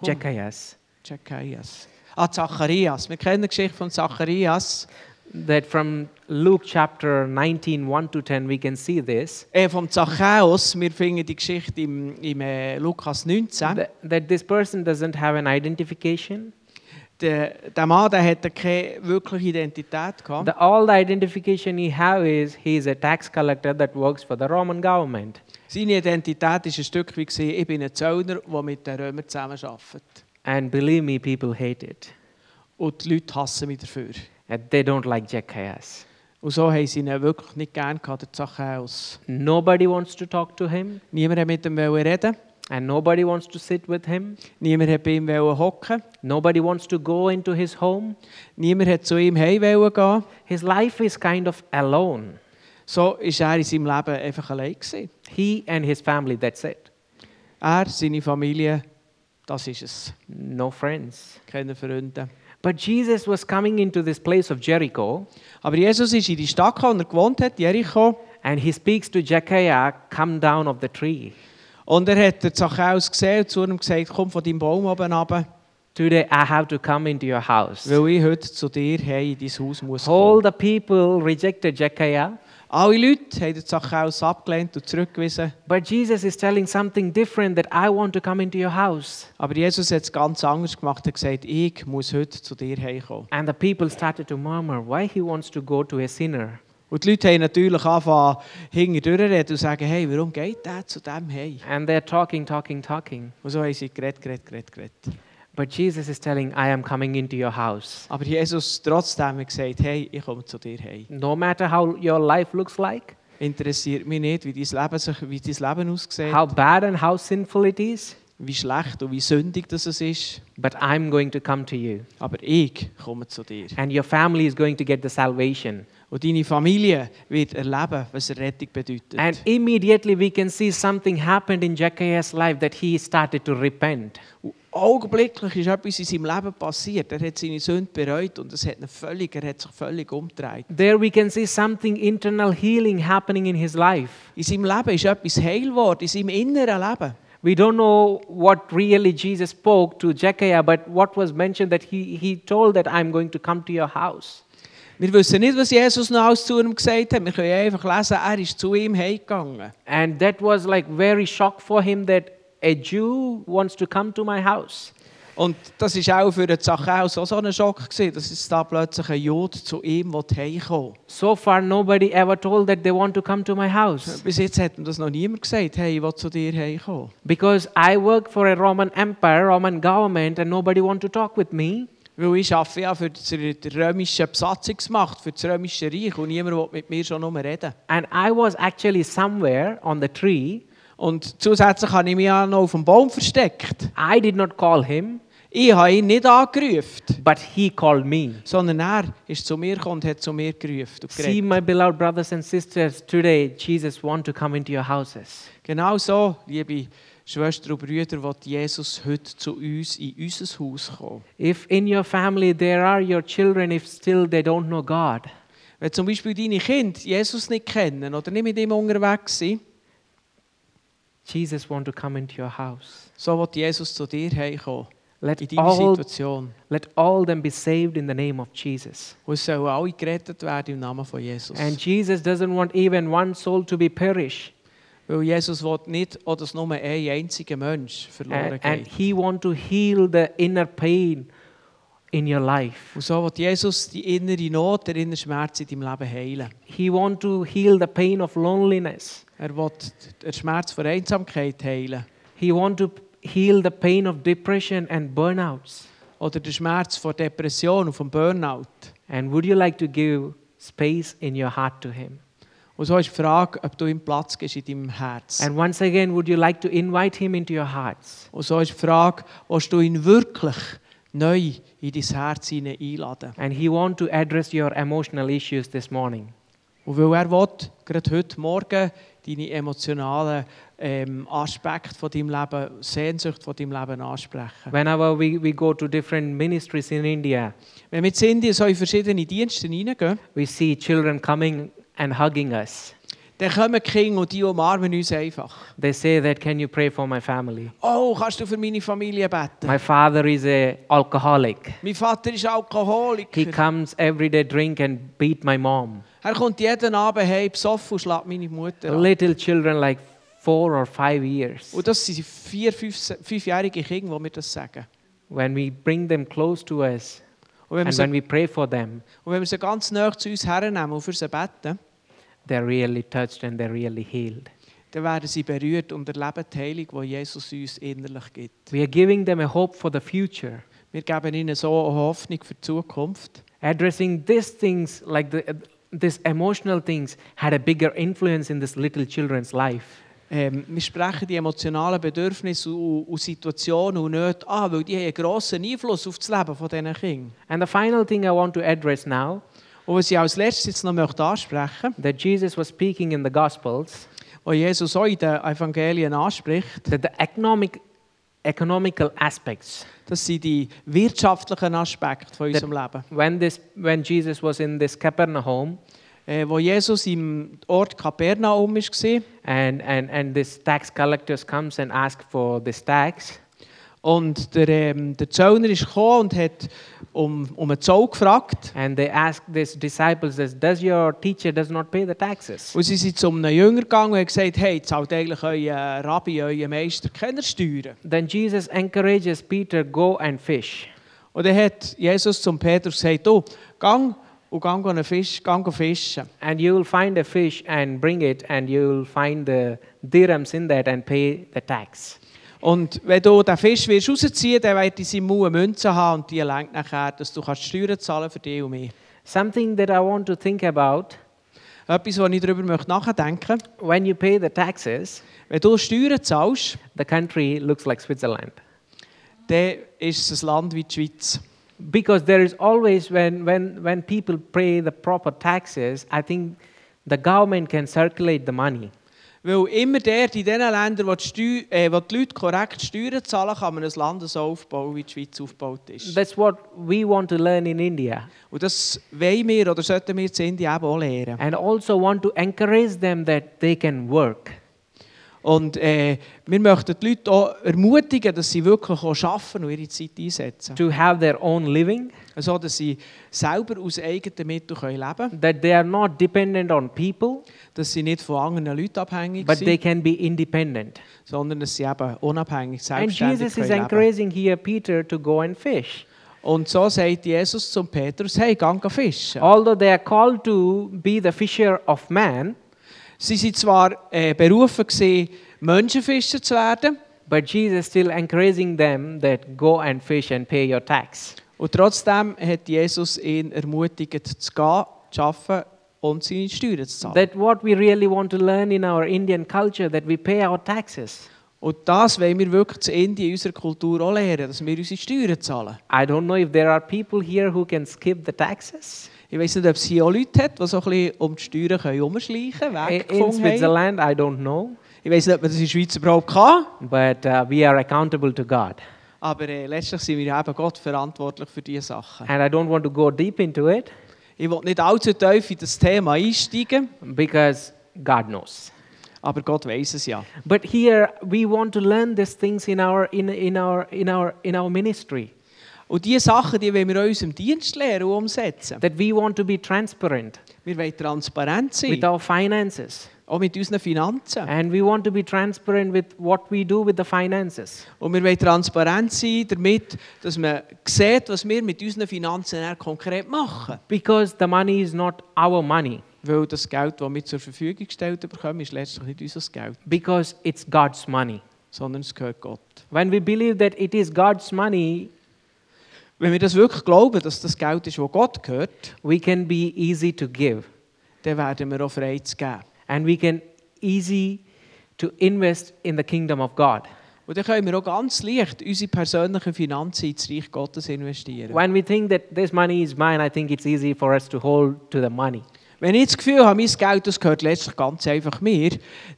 Oh. Jechaias Zacharias. Ah, Zacharias. Wir kennen die Geschichte von Zacharias, that from luke chapter 19 1 to 10 we can see this äh, vom Zachäus. Wir finden die Geschichte im, im äh, Lukas 19. that, that this person doesn't have an identification Der, der Mann der hatte keine wirkliche Identität. Gehabt. the, all the identification he have is he is a tax collector that works for the roman government Seine Identität war ein Stück wie, gewesen, ich bin ein Zöllner, der mit den Römern zusammenarbeitet. And believe me, people hate it. Und die Leute hassen mich dafür. And They don't like Zacchaeus. Und so haben sie ihn wirklich nicht gern gehabt, der Zachäus. Nobody wants to talk to him, Niemand wollte mit ihm reden, and nobody wants to sit with him. niemand wollte bei ihm hocken, Nobody wants to go into his home. niemand wollte zu ihm heim gehen. His life is kind of alone. So war er in seinem Leben einfach allein. Gewesen. He and his family, that's it. Er, seine Familie, das ist es. No friends. Keine Freunde. But Jesus was coming into this place of Jericho, Aber Jesus ist in die Stadt, gekommen, wo er gewohnt hat, Jericho. and he speaks to Zacchaeus, come down of the tree. Und er hat den Zachäus gesehen und zu ihm gesagt, komm von deinem Baum oben runter. Today I have to come into your house. Weil ich heute zu dir hey, in dein Haus muss All kommen. the people rejected Zacchaeus. Alle Leute haben den Zachäus abgelehnt und zurückgewiesen. But Jesus is telling something different that I want to come into your house. Aber Jesus hat es ganz anders gemacht. Er hat gesagt, ich muss heute zu dir heimkommen. And the people started to murmur why he wants to go to a sinner. Und die Leute haben natürlich angefangen, hinterher zu reden und zu sagen, hey, warum geht der zu dem hey? And they're talking, talking, talking. Und so haben sie geredet, geredet, geredet, geredet. But Jesus is telling, I am coming into your house. Aber Jesus trotzdem hat gesagt, hey, ich komme zu dir hey. No matter how your life looks like, Interessiert mich nicht, wie dein Leben, sich, wie dein Leben aussieht, how bad and how sinful it is, wie schlecht und wie sündig das es ist, but I'm going to come to you. aber ich komme zu dir. And your family is going to get the salvation. Und deine Familie wird erleben, was Rettung bedeutet. And immediately we can see something happened in Zacchaeus' life that he started to repent. Und augenblicklich ist etwas in seinem Leben passiert. Er hat seine Sünde bereut und es hat ihn völlig, er hat sich völlig umgedreht. There we can see something internal healing happening in his life. In seinem Leben ist etwas heil geworden, in seinem inneren Leben. We don't know what really Jesus spoke to Zacchaeus, but what was mentioned that he, he told that I'm going to come to your house. Wir wissen nicht, was Jesus noch alles zu ihm gesagt hat. Wir können einfach lesen, er ist zu ihm heimgegangen. And that was like very shock for him that a Jew wants to come to my house. Und das ist auch für den Zachäus auch so ein Schock gewesen, dass jetzt da plötzlich ein Jod zu ihm heimkommen So far nobody ever told that they want to come to my house Bis jetzt hat ihm das noch niemand gesagt, hey, ich will zu dir heimkommen. because I work for a Roman empire, Roman government and nobody want to talk with me. Weil ich arbeite ja für die die römische Besatzungsmacht, für das römische Reich und niemand will mit mir schon nur reden. And I was actually somewhere on the tree. Und zusätzlich habe ich mich auch noch auf dem Baum versteckt. I did not call him, Ich habe ihn nicht angerufen, but he called me. sondern er ist zu mir gekommen und hat zu mir gerufen und See, geredet. my beloved brothers and sisters, today Jesus want to come into your houses. Genau so, liebe Schwestern und Brüder, wird Jesus heute zu uns in unser Haus kommen. If in your family there are your children, if still they don't know God, Wenn zum Beispiel deine Kinder Jesus nicht kennen oder nicht mit ihm unterwegs sind, Jesus want to come into your house. so wird Jesus zu dir heimkommen, Let in deine all, Situation. let all them be saved in the name of Jesus. Und es sollen alle gerettet werden im Namen von Jesus. And Jesus doesn't want even one soul to be perish. Weil Jesus will nicht, oh, dass nur ein einziger Mensch verloren And, geht. and he want to heal the inner pain in your life. und so will Jesus die innere Not, den inneren Schmerz in deinem Leben heilen. He want to heal the pain of loneliness. Er will den Schmerz von Einsamkeit heilen. He want to heal the pain of depression and burnouts. Oder den Schmerz von Depression und vom Burnout. And would you like to give space in your heart to him? Und so ist die Frage, ob du ihm Platz gibst in deinem Herz. And once again, would you like to invite him into your hearts? Und so ist die Frage, willst du ihn wirklich neu in dein Herz hinein einladen? And he want to address your emotional issues this morning. Und weil er will, gerade heute Morgen deine emotionalen ähm, Aspekte von deinem Leben, Sehnsucht von deinem Leben ansprechen. Whenever we, we go to different ministries in India, Wenn wir in Indien so in verschiedene Dienste hineingehen, we see children coming and hugging us. dann kommen die Kinder und die umarmen uns einfach. They say that, can you pray for my family? Oh, kannst du für meine Familie beten? My father is a alcoholic. Mein Vater ist He Alkoholiker. comes every day drink and beat my mom. Er kommt jeden Abend heim, besoffen und schlägt meine Mutter an. Little children like four or five years. Und das sind vier, fünf, fünfjährige Kinder, die mir das sagen. When we bring them close to us Und wenn, wir and sie, when we pray for them, und wenn wir sie ganz nah zu uns hernehmen und für sie beten, they're really touched and they're really healed. dann werden sie berührt und erleben die Heilung, die Jesus uns innerlich gibt. We are giving them a hope for the future. Wir geben ihnen so eine Hoffnung für die Zukunft. Addressing these things, like the, these emotional things, had a bigger influence in this little children's life. Ähm, wir sprechen die emotionalen Bedürfnisse und, und Situationen und nicht an, weil die haben einen grossen Einfluss auf das Leben von diesen Kindern. And the final thing I want to address now Und was ich als letztes jetzt noch möchte ansprechen that Jesus was speaking in the Gospels, möchte, was Jesus auch in den Evangelien anspricht, that the economic, economical aspects, das sind die wirtschaftlichen Aspekte von Der- unserem Leben. when, this, when Jesus was in this Capernaum Äh, wo Jesus im Ort Kapernaum war, and, and, and this tax collectors comes and asks for this tax, Und der, ähm, der Zöllner ist gekommen und hat um, um einen Zoll gefragt. and they ask these disciples, this, does your teacher does not pay the taxes? Und sie sind zu einem Jünger gegangen und haben gesagt, hey, zahlt eigentlich euer Rabbi, euer Meister keine Steuern. Then Jesus encourages Peter, go and fish. Und dann hat Jesus zum Petrus gesagt, du, gang und gang an einen Fisch, gang an fischen. and you will find a fish and bring it and you will find the dirhams in that and pay the tax Und wenn du den Fisch wirst rausziehen willst, dann wird in seinem Mund eine Münze haben und die lenkt nachher, dass du kannst Steuern zahlen für dich und mich. something that i want to think about Etwas, wo ich darüber möchte nachdenken möchte. when you pay the taxes Wenn du Steuern zahlst, the country looks like switzerland dann ist es ein Land wie die Schweiz. because there is always when when when people pay the proper taxes i think the government can circulate the money Weil immer dort, in den Ländern, wo die, Steu äh, wo die Leute korrekt Steuern zahlen, kann man ein Land so aufbauen, wie die Schweiz aufgebaut ist. that's what we want to learn in india Und das wollen wir oder sollten wir in Indien eben auch lernen. and also want to encourage them that they can work Und äh, wir möchten die Leute auch ermutigen, dass sie wirklich auch arbeiten und ihre Zeit einsetzen. to have their own living So dass sie selber aus eigenen Mitteln können leben können, that they are not dependent on people dass sie nicht von anderen Leuten abhängig but they sind, can be independent sondern dass sie eben unabhängig, and selbstständig jesus is können leben encouraging here peter to go and fish Und so sagt Jesus zum Petrus, hey, geh geh fischen. although they are called to be the fisher of man Sie waren zwar äh, berufen, gewesen, Menschenfischer zu werden, But Jesus still encouraging them that go and fish and pay your tax. und trotzdem hat Jesus ihn ermutigt, zu gehen, zu arbeiten und seine Steuern zu zahlen. That what we really want to learn in our Indian culture that we pay our taxes. Und das wollen wir wirklich in Indien, in unserer Kultur auch lernen, dass wir unsere Steuern zahlen. I don't know if there are people here who can skip the taxes. Ich weiß nicht, ob es hier auch Leute hat, die so ein bisschen um die Steuern können herumschleichen I- können, In weggefunden haben. Switzerland, I don't know, Ich weiß nicht, ob man das in der Schweiz überhaupt kann, but uh, we are accountable to God. aber äh, letztlich sind wir eben Gott verantwortlich für diese Sachen. And I don't want to go deep into it Ich will nicht allzu tief in das Thema einsteigen, because God knows. aber Gott weiß es ja. But here we want to learn these things in our in, in our in our in our ministry Und diese Sachen, die wollen wir auch in unserem Dienst lernen und umsetzen. that we want to be transparent Wir wollen transparent with sein, our finances. auch mit unseren Finanzen. And we want to be transparent with what we do with the finances. Und wir wollen transparent sein damit, dass man sieht, was wir mit unseren Finanzen dann konkret machen. Because the money is not our money, Weil das Geld, das wir zur Verfügung gestellt bekommen, ist letztlich nicht unser Geld, because it's God's money. sondern es gehört Gott. When we believe that it is God's money, Wenn wir das wirklich glauben, dass das Geld ist, das Gott gehört, we can be easy to give dann werden wir auch frei zu geben. and we can easy to invest in the kingdom of God. Und dann können wir auch ganz leicht unsere persönlichen Finanzen ins Reich Gottes investieren. When we think that this money is mine, I think it's easy for us to hold to the money. Wenn ich das Gefühl habe, mein Geld das gehört letztlich ganz einfach mir,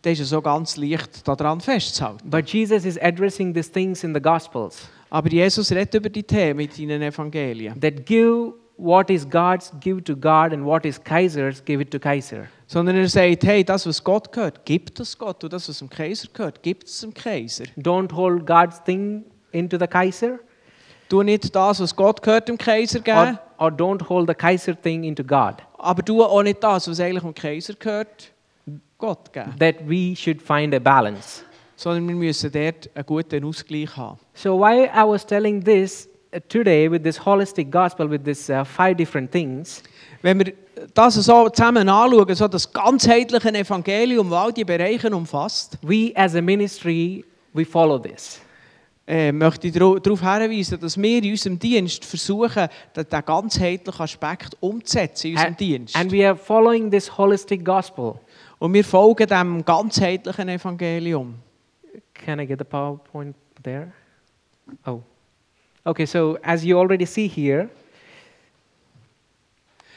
dann ist es auch ganz leicht, daran festzuhalten. But Jesus is addressing these things in the Gospels Aber Jesus redet über die Themen in seinen Evangelien. that give what is God's, give to God, and what is Caesar's, give it to Caesar. Sondern er sagt, hey, das, was Gott gehört, gibt es Gott. Und das, was dem Kaiser gehört, gibt es dem Kaiser. don't hold God's thing into the Kaiser, Du nicht das, was Gott gehört, dem Kaiser geben, or, or don't hold the Kaiser thing into God. aber du auch nicht das, was eigentlich dem Kaiser gehört, Gott geben. That we should find a balance. Sondern wir müssen dort einen guten Ausgleich haben. So, why I was telling this uh, today with this holistic gospel, with this uh, five different things, Wenn wir das so zusammen anschauen, so das ganzheitliche Evangelium, das all die Bereiche umfasst, we as a ministry, we follow this. äh, möchte ich dro- darauf hinweisen, dass wir in unserem Dienst versuchen, den, den ganzheitlichen Aspekt umzusetzen in unserem And, Dienst. and we are following this holistic gospel. Und wir folgen dem ganzheitlichen Evangelium. Can I get the PowerPoint there? Oh. Okay, so as you already see here,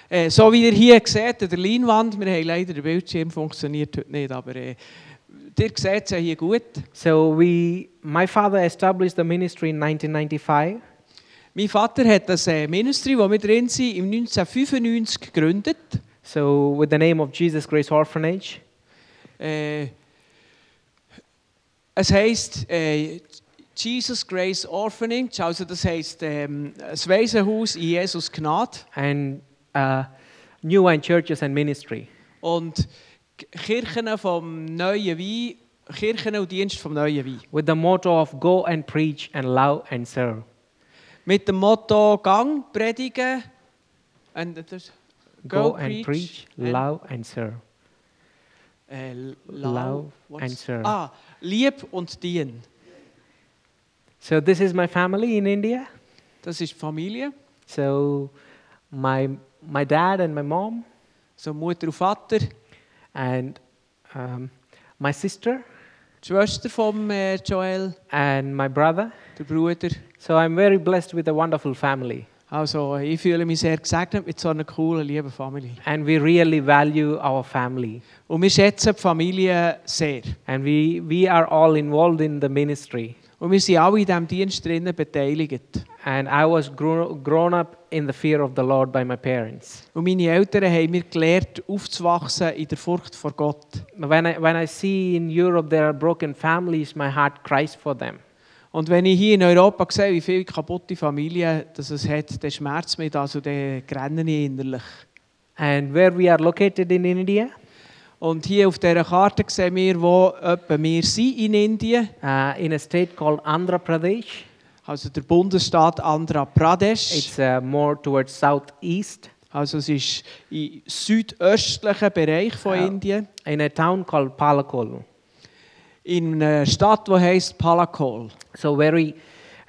Äh, so wie ihr hier seht, an der Leinwand, wir haben leider der Bildschirm funktioniert heute nicht, aber äh, ihr seht es ja hier gut. so we, my father established the ministry in 1995. Mein Vater hat das äh, Ministry, wo wir drin sind, im 1995 gegründet. So, with the name of Jesus Grace Orphanage, Äh, es heisst äh, Jesus Grace Orphanage, also das heisst ähm, das Waisenhaus in Jesus Gnade. and uh, New Wine Churches and Ministry. Und K- Kirchen vom Neuen Wein, Kirchen und Dienst vom Neuen Wein. With the motto of go and preach and love and serve. Mit dem Motto Gang, Predigen und das Go Go and preach preach, and- love and serve. Äh, l- Love what's- and serve. Ah, lieb und dien. So this is my family in India. Das ist die Familie. So my my dad and my mom So Mutter und Vater, die and um, my sister Schwester von äh, Joel, and my brother. der Bruder. So I'm very blessed with a wonderful family, Also ich fühle mich sehr gesegnet mit so einer coolen, lieben Familie. and we really value our family, Und wir schätzen die Familie sehr. and we we are all involved in the ministry. Und wir sind alle in diesem Dienst drinnen beteiligt. And I was grow, grown up in the fear of the Lord by my parents. Und meine Eltern haben mir gelehrt, aufzuwachsen in der Furcht vor Gott. When I, when I see in Europe there are broken families, my heart cries for them. Und wenn ich hier in Europa sehe, wie viele kaputte Familien das es hat, dann schmerzt mich das und dann grenne ich innerlich. And where we are located in India, Und hier auf dieser Karte sehen wir, wo etwa wir sind in Indien, uh, in a state called Andhra Pradesh, also der Bundesstaat Andhra Pradesh. it's uh, more towards southeast, Also es ist im südöstlichen Bereich von Ja. Indien, in a town called Palakol. in einer Stadt, die heißt Palakol. So very,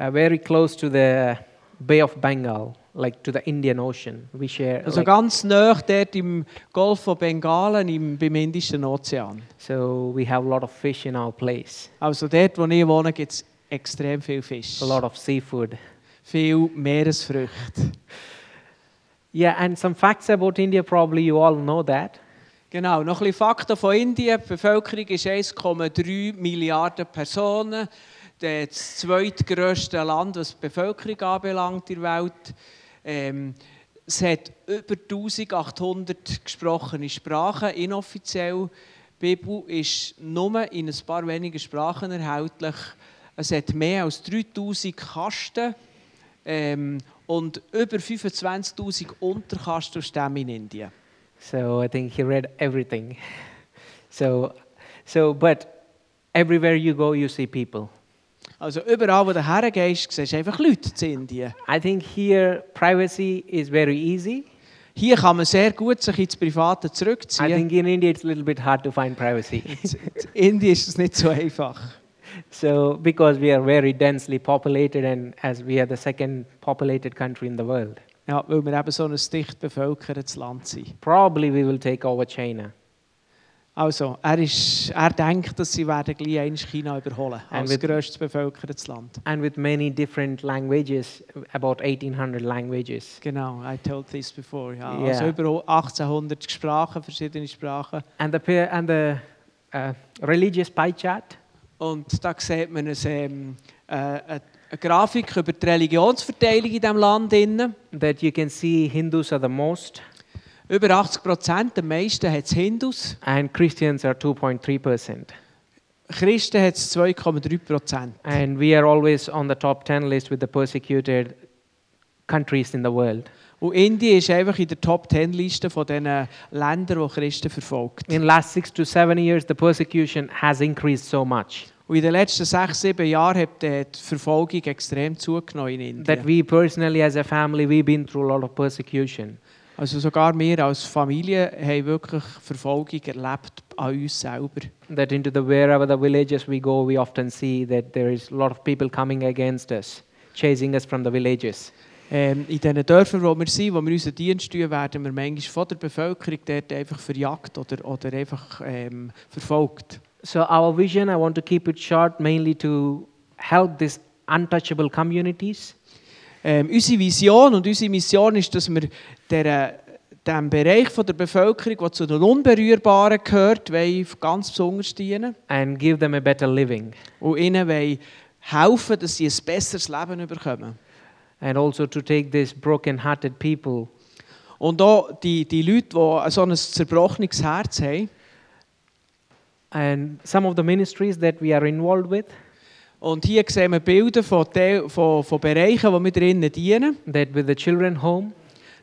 uh, very close to the Bay of Bengal, like to the Indian Ocean. We share. Also like- ganz nah dort im Golf von Bengalen, im, beim Indischen Ozean. so we have a lot of fish in our place, Also dort, wo ich wohne, gibt es extrem viel Fisch. a lot of seafood. Viel Meeresfrüchte. Yeah, and some facts about India. Probably you all know that. Genau, noch ein bisschen Fakten von Indien. Die Bevölkerung ist 1,3 Milliarden Personen. Das zweitgrößte Land, was die Bevölkerung anbelangt in der Welt. Ähm, es hat über 1800 gesprochene Sprachen, inoffiziell. Die Bibel ist nur in ein paar wenigen Sprachen erhältlich. Es hat mehr als 3000 Kasten ähm, und über 25.000 Unterkasten und Stämme in Indien. So I think he read everything. So, so but everywhere you go, you see people. Also überall, wo du hergehst, siehst du einfach Leute in Indien. I think here privacy is very easy. Hier kann man sehr gut sich ins Private I zurückziehen. think in India it's a little bit hard to find privacy. In Indien ist es nicht so einfach. so because we are very densely populated, and as we are the second populated country in the world, Ja, weil wir eben so ein dicht bevölkertes Land sind. probably we will take over China, Also, er, ist, er denkt, dass sie werden gleich einmal China überholen als wird- grösstes bevölkertes Land. and with many different languages, about 1,800 languages, Genau, I told this before. Ja. Ja. Also über 1800 Sprachen, verschiedene Sprachen. and the peer- and the uh, religious pie chart. Und da sieht man ein, ähm, äh, eine, eine Grafik über die Religionsverteilung in diesem Land. Innen. that you can see Hindus are the most, Über 80 Prozent, am meisten hat es Hindus. and Christians are 2.3%. Christen hat es 2,3 Prozent. And we are always on the top 10 list with the persecuted countries in the world. Und Indien ist einfach in der Top 10 Liste von den Ländern, die Christen verfolgt. In last six to seven years, the persecution has increased so much Und in den letzten sechs, sieben Jahren hat äh, die Verfolgung extrem zugenommen in that Indien. we personally, as a family, we've been through a lot of persecution. Also sogar wir als Familie haben wirklich Verfolgung erlebt an uns selber. That into the wherever the villages we go, we often see that there is a lot of people coming against us, chasing us from the villages. Ähm, in den Dörfern, wo wir sind, wo wir unseren Dienst tun, werden wir manchmal von der Bevölkerung dort einfach verjagt oder, oder einfach ähm, verfolgt. So our vision, I want to keep it short, mainly to help these untouchable communities. Ähm, unsere Vision und unsere Mission ist, dass wir der, äh, dem Bereich von der Bevölkerung, der zu den Unberührbaren gehört, wollen ganz besonders dienen and give them a better living und ihnen wollen helfen, dass sie ein besseres Leben bekommen. and also to take these broken-hearted people Und auch die, die Leute, die so ein zerbrochenes Herz haben and some of the ministries that we are involved with und hier sehen wir Bilder von, Teil- von, von Bereichen, wo wir drinnen dienen. that with the children home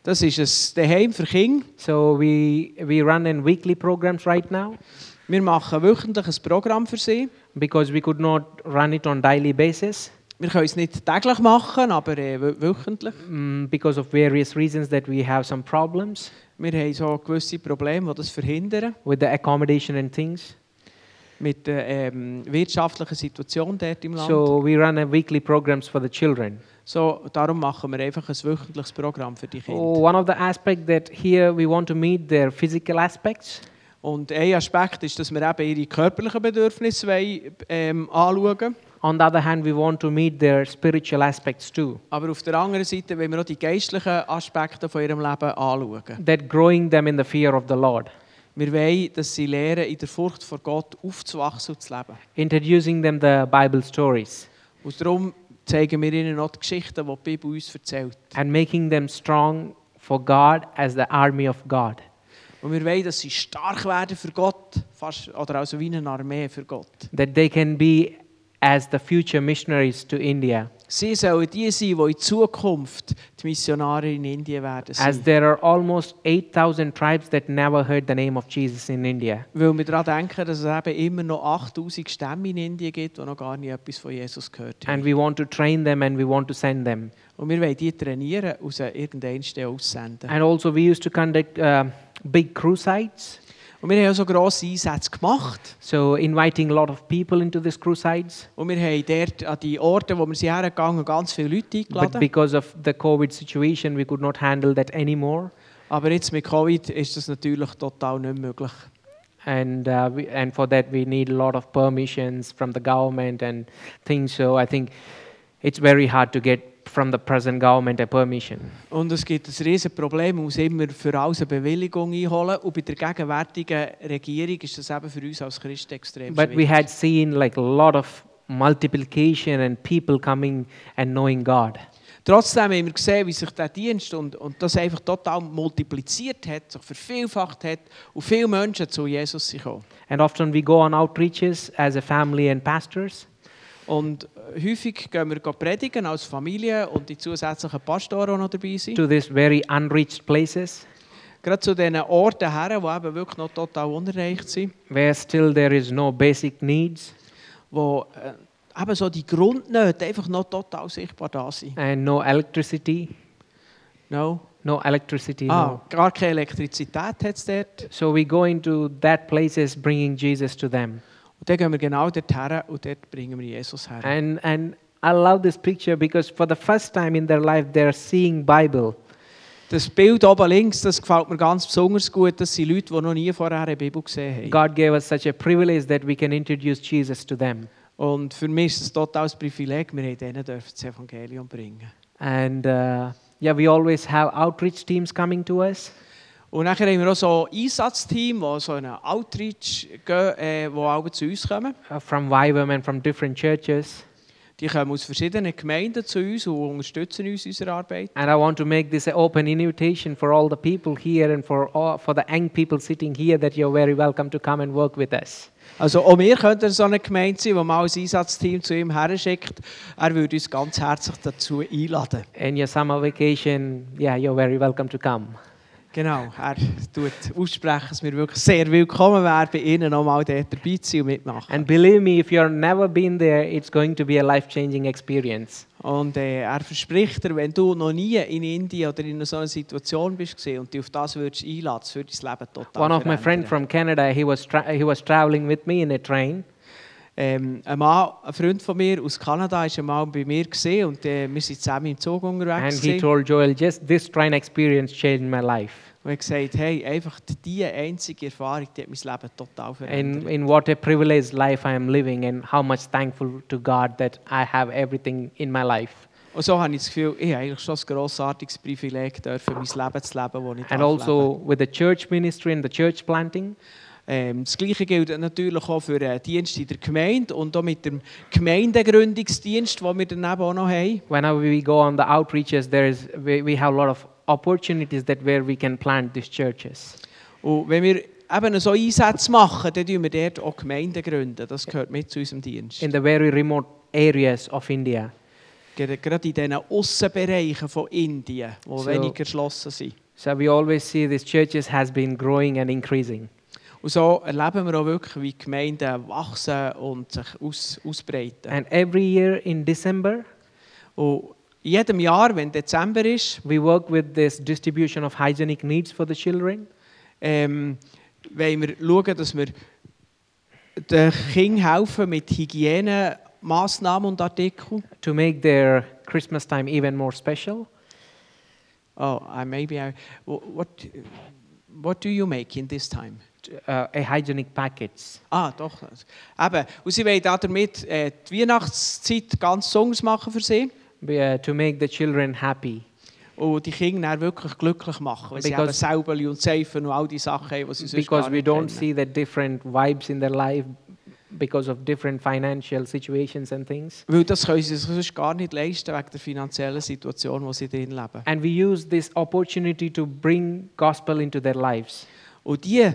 Das ist ein Daheim für Kinder. so we we run in weekly programs right now Wir machen wöchentlich ein Programm für sie, because we could not run it on daily basis Wir können es nicht täglich machen, aber äh, wö- wöchentlich. Mm, because of various reasons that we have some problems Wir haben so gewisse Probleme, die das verhindern. with the accommodation and things. Mit der ähm, wirtschaftlichen Situation dort im Land. So. So we run a weekly programs for the children. darum machen wir einfach ein wöchentliches Programm für die Kinder. Oh, one of the aspects that here we want to meet their physical aspects. Und ein Aspekt ist, dass wir eben ihre körperlichen Bedürfnisse wollen, ähm, anschauen On the other hand, we want to meet their spiritual aspects too. Aber auf der anderen Seite wollen wir auch die geistlichen Aspekte von ihrem Leben anschauen. That growing them in the fear of the Lord, Wir wollen, dass sie lernen, in der Furcht vor Gott aufzuwachsen und zu leben. introducing them the Bible stories, Und darum zeigen wir ihnen auch die Geschichten, die die Bibel uns erzählt. and making them strong for God as the army of God. Und wir wollen, dass sie stark werden für Gott, fast, oder also wie eine Armee für Gott. That they can be as the future missionaries to India, Sie sollen die sein, die in Zukunft die Missionare in Indien werden as sein. there are almost 8,000 tribes that never heard the name of Jesus in India. Weil wir daran denken, dass es eben immer noch 8000 Stämme in Indien gibt, die noch gar nicht etwas von Jesus gehört haben. And we want to train them and we want to send them. Und wir wollen die trainieren und sie irgendwann aussenden. And also, we used to conduct uh, big crusades. Und wir haben auch so grosse Einsätze gemacht. So inviting a lot of people into these crusades. Und wir haben dort an die Orte, wo wir sie hergegangen sind, ganz viele Leute But eingeladen. because of the COVID situation, we could not handle that anymore. Aber jetzt mit Covid ist das natürlich total nicht möglich. And, uh, we, and for that, we need a lot of permissions from the government and things. So I think it's very hard to get from the present government a permission. Und es gibt ein riesen Problem, man muss immer für alles eine Bewilligung einholen. Und bei der gegenwärtigen Regierung ist das eben für uns als Christen extrem But we schwierig. had seen like a lot of multiplication and people coming and knowing God. Trotzdem haben wir gesehen, wie sich der Dienst und, und das einfach total multipliziert hat, sich vervielfacht hat und viele Menschen zu Jesus sind gekommen. And often we go on outreaches as a family and pastors. Und häufig gehen wir predigen als Familie und die zusätzlichen Pastoren, die noch dabei sind. to these very unreached places Gerade zu diesen Orten her, die eben wirklich noch total unerreicht sind, where still there is no basic needs wo äh, eben so die Grundnöte einfach noch total sichtbar da sind. and no electricity No? no electricity Ah, no. gar keine Elektrizität hat es dort. so we go into that places bringing jesus to them Und dann gehen wir genau dort her und dort bringen wir Jesus her. and and i love this picture because for the first time in their life they're seeing bible Das Bild oben links, das gefällt mir ganz besonders gut. Das sind Leute, die noch nie vorher eine Bibel gesehen haben. god gave us such a privilege that we can introduce jesus to them Und für mich ist es total ein Privileg, wir haben denen dürfen das Evangelium bringen. and uh, yeah we always have outreach teams coming to us Und nachher haben wir auch so ein Einsatzteam, die so einen Outreach gehen, äh, die alle zu uns kommen. uh, from Wyvern and from different churches Die kommen aus verschiedenen Gemeinden zu uns und unterstützen uns in unserer Arbeit. And I want to make this an open invitation for all the people here and for, all, for the young people sitting here that you're very welcome to come and work with us. Also auch wir könnten so eine Gemeinde sein, die mal ein Einsatzteam zu ihm her schickt. Er würde uns ganz herzlich dazu einladen. In your summer vacation, yeah, you're very welcome to come. Genau, er tut aussprechen, dass wir wirklich sehr willkommen wären, bei Ihnen nochmal dort dabei zu sein und mitmachen. And believe me, if you've never been there, it's going to be a life changing experience. Und äh, er verspricht dir, wenn du noch nie in Indien oder in so einer Situation bist gewesen und dich auf das würdest einladen, das würde dein Leben total One of my verändern. friends from Canada, he was, tra- he was traveling with me in a train. ähm, ein, Mann, ein Freund von mir aus Kanada war einmal bei mir gewesen und äh, wir sind zusammen im Zug And unterwegs he gewesen. told Joel, just this train experience changed my life. und er hat gesagt, hey, einfach diese einzige Erfahrung, die hat mein Leben total verändert. And in what a privileged life I am living, and how much thankful to God that I have everything in my life. und so habe ich das Gefühl, ich habe eigentlich schon ein grossartiges Privileg, dürfen, mein Leben zu leben, das ich darf And leben. also with the church ministry and the church planting, Ähm, das Gleiche gilt natürlich auch für den Dienst in der Gemeinde und auch mit dem Gemeindegründungsdienst, den wir daneben auch noch haben. whenever we go on the outreaches, there is we, we have a lot of opportunities that where we can plant these churches. Und wenn wir eben so Einsätze machen, dann gründen wir dort auch Gemeinden. Gründen. Das gehört mit zu unserem Dienst. in the very remote areas of India. Ger- Gerade in diesen Aussenbereichen von Indien, die So. weniger erschlossen sind. So we always see these churches has been growing and increasing. Und Und so erleben wir auch wirklich, wie Gemeinden wachsen und sich aus, ausbreiten. And every year in December, Und in jedem Jahr, wenn Dezember ist, we work with this distribution of hygienic needs for the children. ähm, wollen wir schauen, dass wir den Kindern helfen mit Hygienemaßnahmen und Artikeln. to make their Christmas time even more special. Oh, I maybe I, wh- what, what do you make in this time? Uh, a hygienic packets. Ah, doch. Eben. Und sie wollen auch damit äh, die Weihnachtszeit ganz songs machen für sie be- uh, to make the children happy. und Oh, die Kinder dann wirklich glücklich machen, weil sie eben Because- Säubeli und Seifen und all die Sachen haben, die sie sonst Because gar we nicht don't kennen. see the different vibes in their life because of different financial situations and things. Weil das können sie sich sonst gar nicht leisten, wegen der finanziellen Situation, in der sie drin leben. And we use this opportunity to bring gospel into their lives. Und die,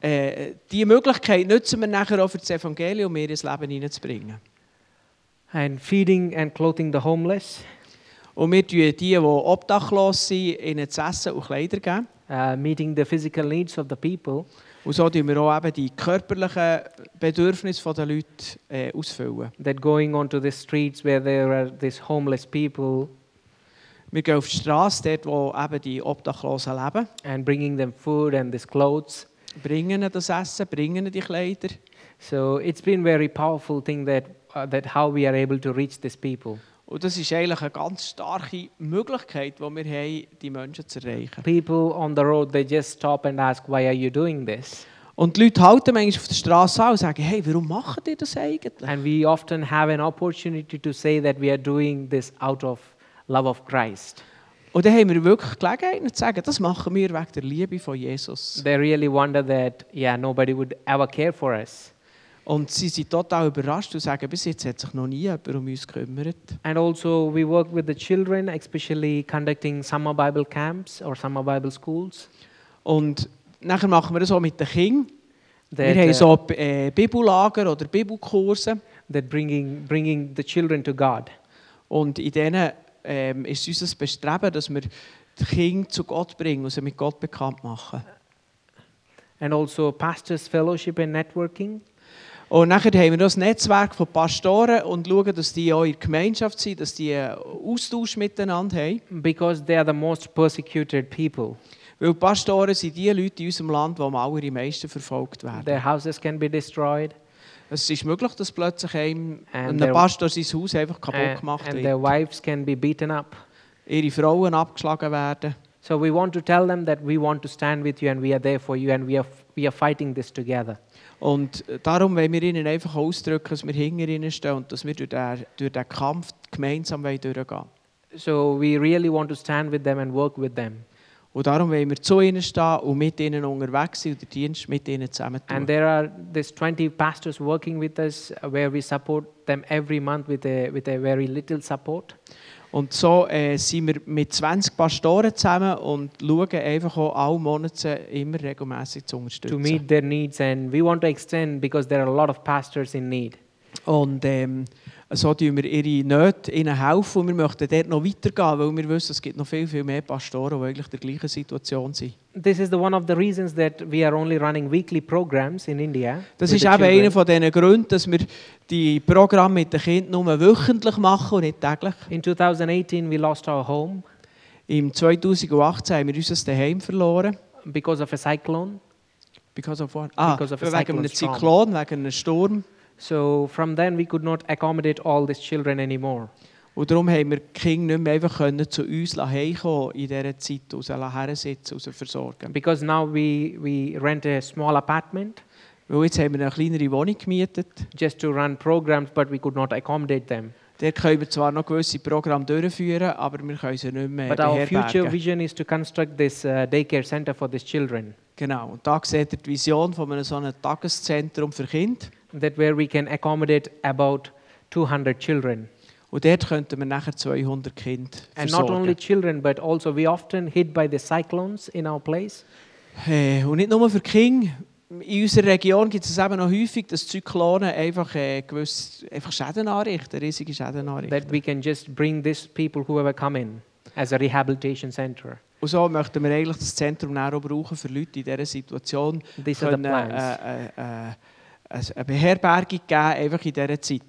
äh, die Möglichkeit nutzen wir nachher auch für das Evangelium, mehr ins Leben hineinzubringen. And feeding and clothing the homeless, Und wir tun die, die obdachlos sind, ihnen zu essen und Kleider geben. uh, meeting the physical needs of the people, Und so tun wir auch eben die körperlichen Bedürfnisse der Leute äh, ausfüllen. that going onto the streets where there are these homeless people Wir gehen auf die Straße, dort wo eben die Obdachlosen leben, and bringing them food and these clothes. bringen ihnen das Essen, bringen ihnen die Kleider. So it's been very powerful thing that uh, that how we are able to reach these people. Und das ist eigentlich eine ganz starke Möglichkeit, die wir haben, die Menschen zu erreichen. People on the road they just stop and ask, "Why are you doing this?" Und die Leute halten manchmal auf der Straße an und sagen, hey, warum macht ihr das eigentlich? And we often have an opportunity to say that we are doing this out of love of Christ. Und dann haben wir wirklich Gelegenheit ihnen zu sagen, das machen wir wegen der Liebe von Jesus. They really wonder that yeah nobody would ever care for us. Und sie sind total überrascht und sagen, bis jetzt hat sich noch nie jemand um uns gekümmert. And also we work with the children, especially conducting summer Bible camps or summer Bible schools. Und nachher machen wir das auch mit den Kindern. That, wir haben uh, so äh, Bibellager oder Bibelkurse. that bringing bringing the children to God. Und in denen ähm, ist unser Bestreben, dass wir die Kinder zu Gott bringen und sie mit Gott bekannt machen. And also pastors fellowship and networking. Und nachher haben wir das Netzwerk von Pastoren und schauen, dass die auch in der Gemeinschaft sind, dass die einen Austausch miteinander haben. Because they are the most persecuted people. Weil die Pastoren sind die Leute in unserem Land, die am allermeisten verfolgt werden. Their houses can be destroyed Es ist möglich, dass plötzlich einem, And einem their- Pastor sein Haus einfach kaputt and, gemacht and wird. their wives can be beaten up. Ihre Frauen abgeschlagen werden. So we want to tell them that we want to stand with you and we are there for you and we are, we are fighting this together. Und äh, darum wollen wir ihnen einfach ausdrücken, dass wir hinter ihnen stehen und dass wir durch den, durch den Kampf gemeinsam wollen durchgehen So we really want to stand with them and work with them. Und darum wollen wir zu ihnen stehen und mit ihnen unterwegs sein und den Dienst mit ihnen zusammen tun. And there are these 20 pastors working with us uh, where we support them every month with a, with a very little support. Und so äh, sind wir mit 20 Pastoren zusammen und schauen einfach auch alle Monate immer regelmäßig zu to unterstützen. meet their needs and we want to extend because there are a lot of pastors in need Und ähm, so tun wir ihre Nöte ihnen helfen und wir möchten dort noch weitergehen, weil wir wissen, es gibt noch viel, viel mehr Pastoren, die eigentlich in der gleichen Situation sind. this is the one of the reasons that we are only running weekly programs in india Das with ist the eben children. einer von diesen Gründen, dass wir die Programme mit den Kindern nur wöchentlich machen und nicht täglich. in 2018 we lost our home Im 2018 haben wir unser Heim verloren. because of a cyclone Because of what? Ah, Because of a wegen einem cyclone storm. Zyklon, wegen einem Sturm. so from then we could not accommodate all these children anymore Und darum haben wir die Kinder nicht mehr einfach können zu uns heimkommen in dieser Zeit, und sie hersitzen und sie versorgen. because now we we rent a small apartment Weil jetzt haben wir eine kleinere Wohnung gemietet. just to run programs but we could not accommodate them Dort können wir zwar noch gewisse Programme durchführen, aber wir können sie nicht mehr but our future beherbergen. vision is to construct this uh, daycare center for these children Genau, und da seht ihr die Vision von einem so einem Tageszentrum für Kinder. that where we can accommodate about 200 children Und dort könnten wir nachher 200 Kinder and not only versorgen. children but also we often hit by the cyclones in our place Äh, Und nicht nur für Kinder. In unserer Region gibt es eben noch häufig, dass die Zyklonen einfach, äh, gewisse, einfach Schäden anrichten, riesige Schäden that anrichten. we can just bring these people whoever come in as a rehabilitation center. Und so möchten wir eigentlich das Zentrum dann auch brauchen für Leute in dieser Situation, These are können, the plans. äh, äh, äh, es- eine Beherbergung geben, einfach in dieser Zeit.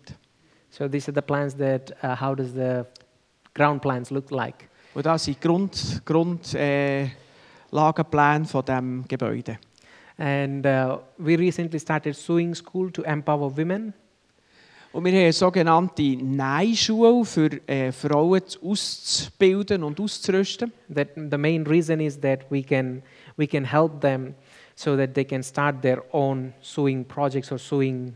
So these are the plans that uh, how does the ground plans look like? Und das sind die Grund, Grund, äh, Lagenpläne von diesem Gebäude. And uh, we recently started sewing school to empower women. Und wir haben eine sogenannte Nein-Schule, für äh, Frauen zu- auszubilden und auszurüsten. That the main reason is that we can we can help them so that they can start their own sewing projects or sewing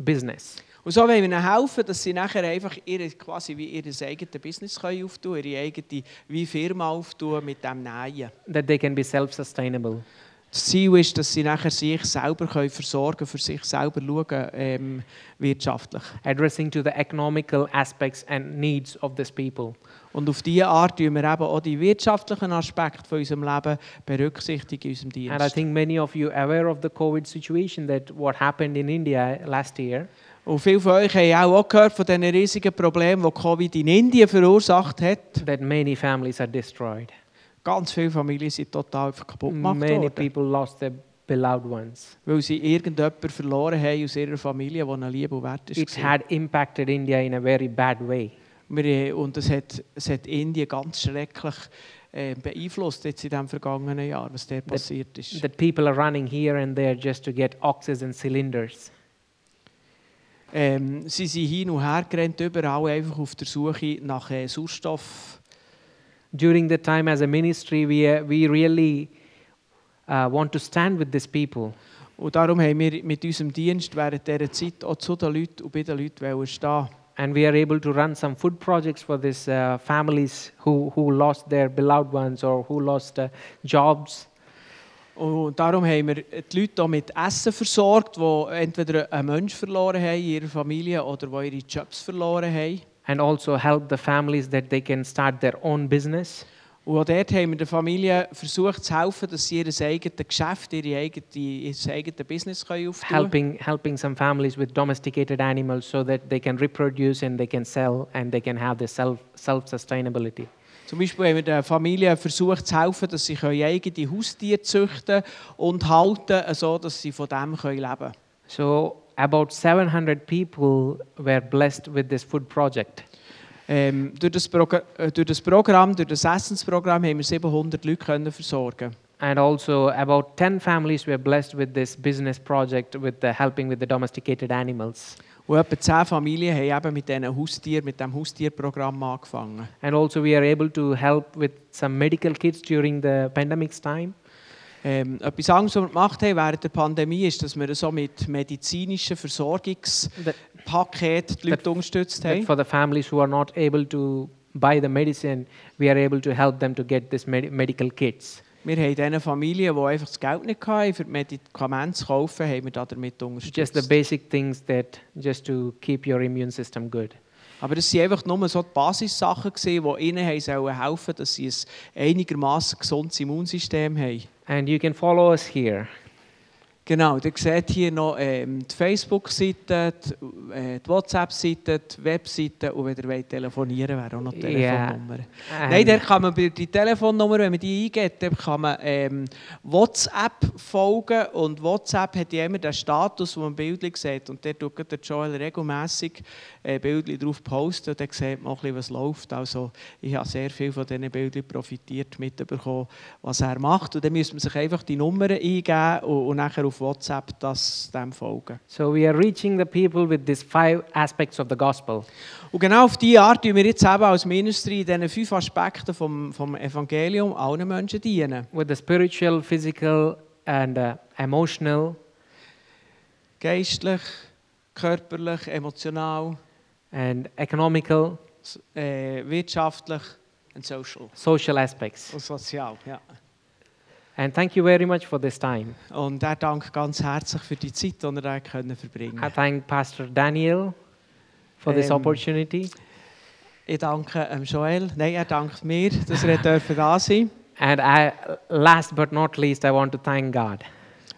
business. Und so wollen wir ihnen helfen, dass sie nachher einfach ihre, quasi wie ihr eigenes Business können auftun ihre eigene wie Firma auftun mit dem Nähen. That they can be self-sustainable. Das Ziel ist, dass sie nachher sich selber können versorgen können, für sich selber schauen, ähm, wirtschaftlich. addressing to the economical aspects and needs of these people. Und auf diese Art tun wir eben auch die wirtschaftlichen Aspekte von unserem Leben berücksichtigen in unserem And I Dienst. think many of you are aware of the COVID situation that what happened in India last year. Und viele von euch haben auch, auch gehört von diesen riesigen Problemen, die Covid in Indien verursacht hat. That many families are destroyed. Ganz viele Familien sind total kaputt gemacht Mm, Many worden, people lost their beloved ones. weil sie irgendjemanden verloren haben aus ihrer Familie, der ihnen lieb und wert It ist. had impacted India in a very bad way. Wir, äh, Und es hat, es hat Indien ganz schrecklich äh, beeinflusst jetzt in dem vergangenen Jahr, was dort passiert ist. That people are running here and there just to get oxes and cylinders. Ähm, sie sind hin und her gerannt, überall einfach auf der Suche nach äh, Sauerstoff. During the time as a ministry, we, uh, we really uh, want to stand with these people. Und darum haben wir mit unserem Dienst während dieser Zeit auch zu den Leuten und bei den Leuten wollen stehen. and we are able to run some food projects for these uh, families who, who lost their beloved ones or who lost uh, jobs. Und darum haben wir die Leute auch mit Essen versorgt, die entweder einen Mensch verloren haben in ihrer Familie oder die ihre Jobs verloren haben. And also help the families that they can start their own business. Und auch dort haben wir den Familien versucht zu helfen, dass sie ihr eigenes Geschäft, ihre eigene, ihr eigenes Business können aufbauen können. Helping, helping some families with domesticated animals so that they can reproduce and they can sell and they can have their self, self-sustainability. Zum Beispiel haben wir den Familien versucht zu helfen, dass sie können eigene Haustiere züchten und halten, äh, so dass sie von dem können leben können. So about 700 people were blessed with this food project. Ähm, durch, das Progr- äh, durch das Programm, durch das Essensprogramm, haben wir 700 Leute können versorgen. And also about 10 families were blessed with this business project with the helping with the domesticated animals. Und etwa 10 Familien haben eben mit diesen Haustieren, mit dem Haustierprogramm angefangen. And also, we are able to help with some medical kits during the pandemic's time. Ähm, etwas anderes, was wir gemacht haben während der Pandemie, ist, dass wir so mit medizinischen Versorgungspaketen That, die Leute unterstützt that haben. for the families who are not able to buy the medicine, we are able to help them to get this med- medical kits. Wir haben diesen Familien, die einfach das Geld nicht hatten, für die Medikamente zu kaufen, haben wir da damit Just the unterstützt. basic things that just to keep your immune system good. Aber das waren einfach nur so die Basissachen, gewesen, die ihnen haben sollen helfen dass sie ein einigermaßen gesundes Immunsystem haben. And you can follow us here. Genau, ihr seht hier noch ähm, die Facebook-Seite, die, äh, die WhatsApp-Seite, die Webseite und wenn ihr wollt, telefonieren wäre auch noch die Ja. Telefonnummer. And Nein, der kann man bei die Telefonnummer, wenn man die eingeht, dann kann man ähm, WhatsApp folgen und WhatsApp hat ja immer den Status, wo man Bilder sieht und der tut der Joel regelmäßig äh, Bilder drauf posten und dann sieht man auch ein bisschen, was läuft. Also ich habe sehr viel von diesen Bildern profitiert, mitbekommen, was er macht und dann müssen man sich einfach die Nummern eingeben und, und nachher auf WhatsApp das dem folgen. so we are reaching the people with these five aspects of the gospel. Und genau auf diese Art tun wir jetzt eben als Ministry in diesen fünf Aspekten vom, vom Evangelium allen Menschen dienen. with the spiritual, physical, and uh, emotional, geistlich, körperlich, emotional, and economical, s- äh, wirtschaftlich und social. social aspects. Und sozial, ja. And thank you very much for this time. Und er dankt ganz herzlich für die Zeit, die wir da können verbringen I konnte. thank Pastor Daniel for this Ähm. opportunity. Ich danke ähm, Joel, nein, er dankt dus mir, dass wir dürfen da sein And I, last but not least, I want to thank God.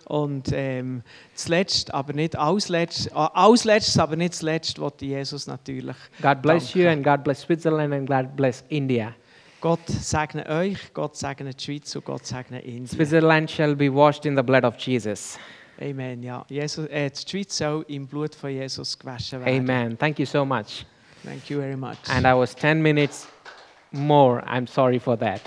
Und ähm, zuletzt, aber nicht als letztes, als letztes, aber nicht zuletzt, wollte Jesus natürlich God bless Danke. you, and God bless Switzerland, and God bless India. Gott segne euch, Gott segne die Schweiz und Gott segne Indien. Switzerland shall be washed in the blood of Jesus. Amen. Ja, Jesus, äh, die Schweiz soll im Blut von Jesus gewaschen werden. Amen. Thank you so much. Thank you very much. And I was 10 minutes more. I'm sorry for that.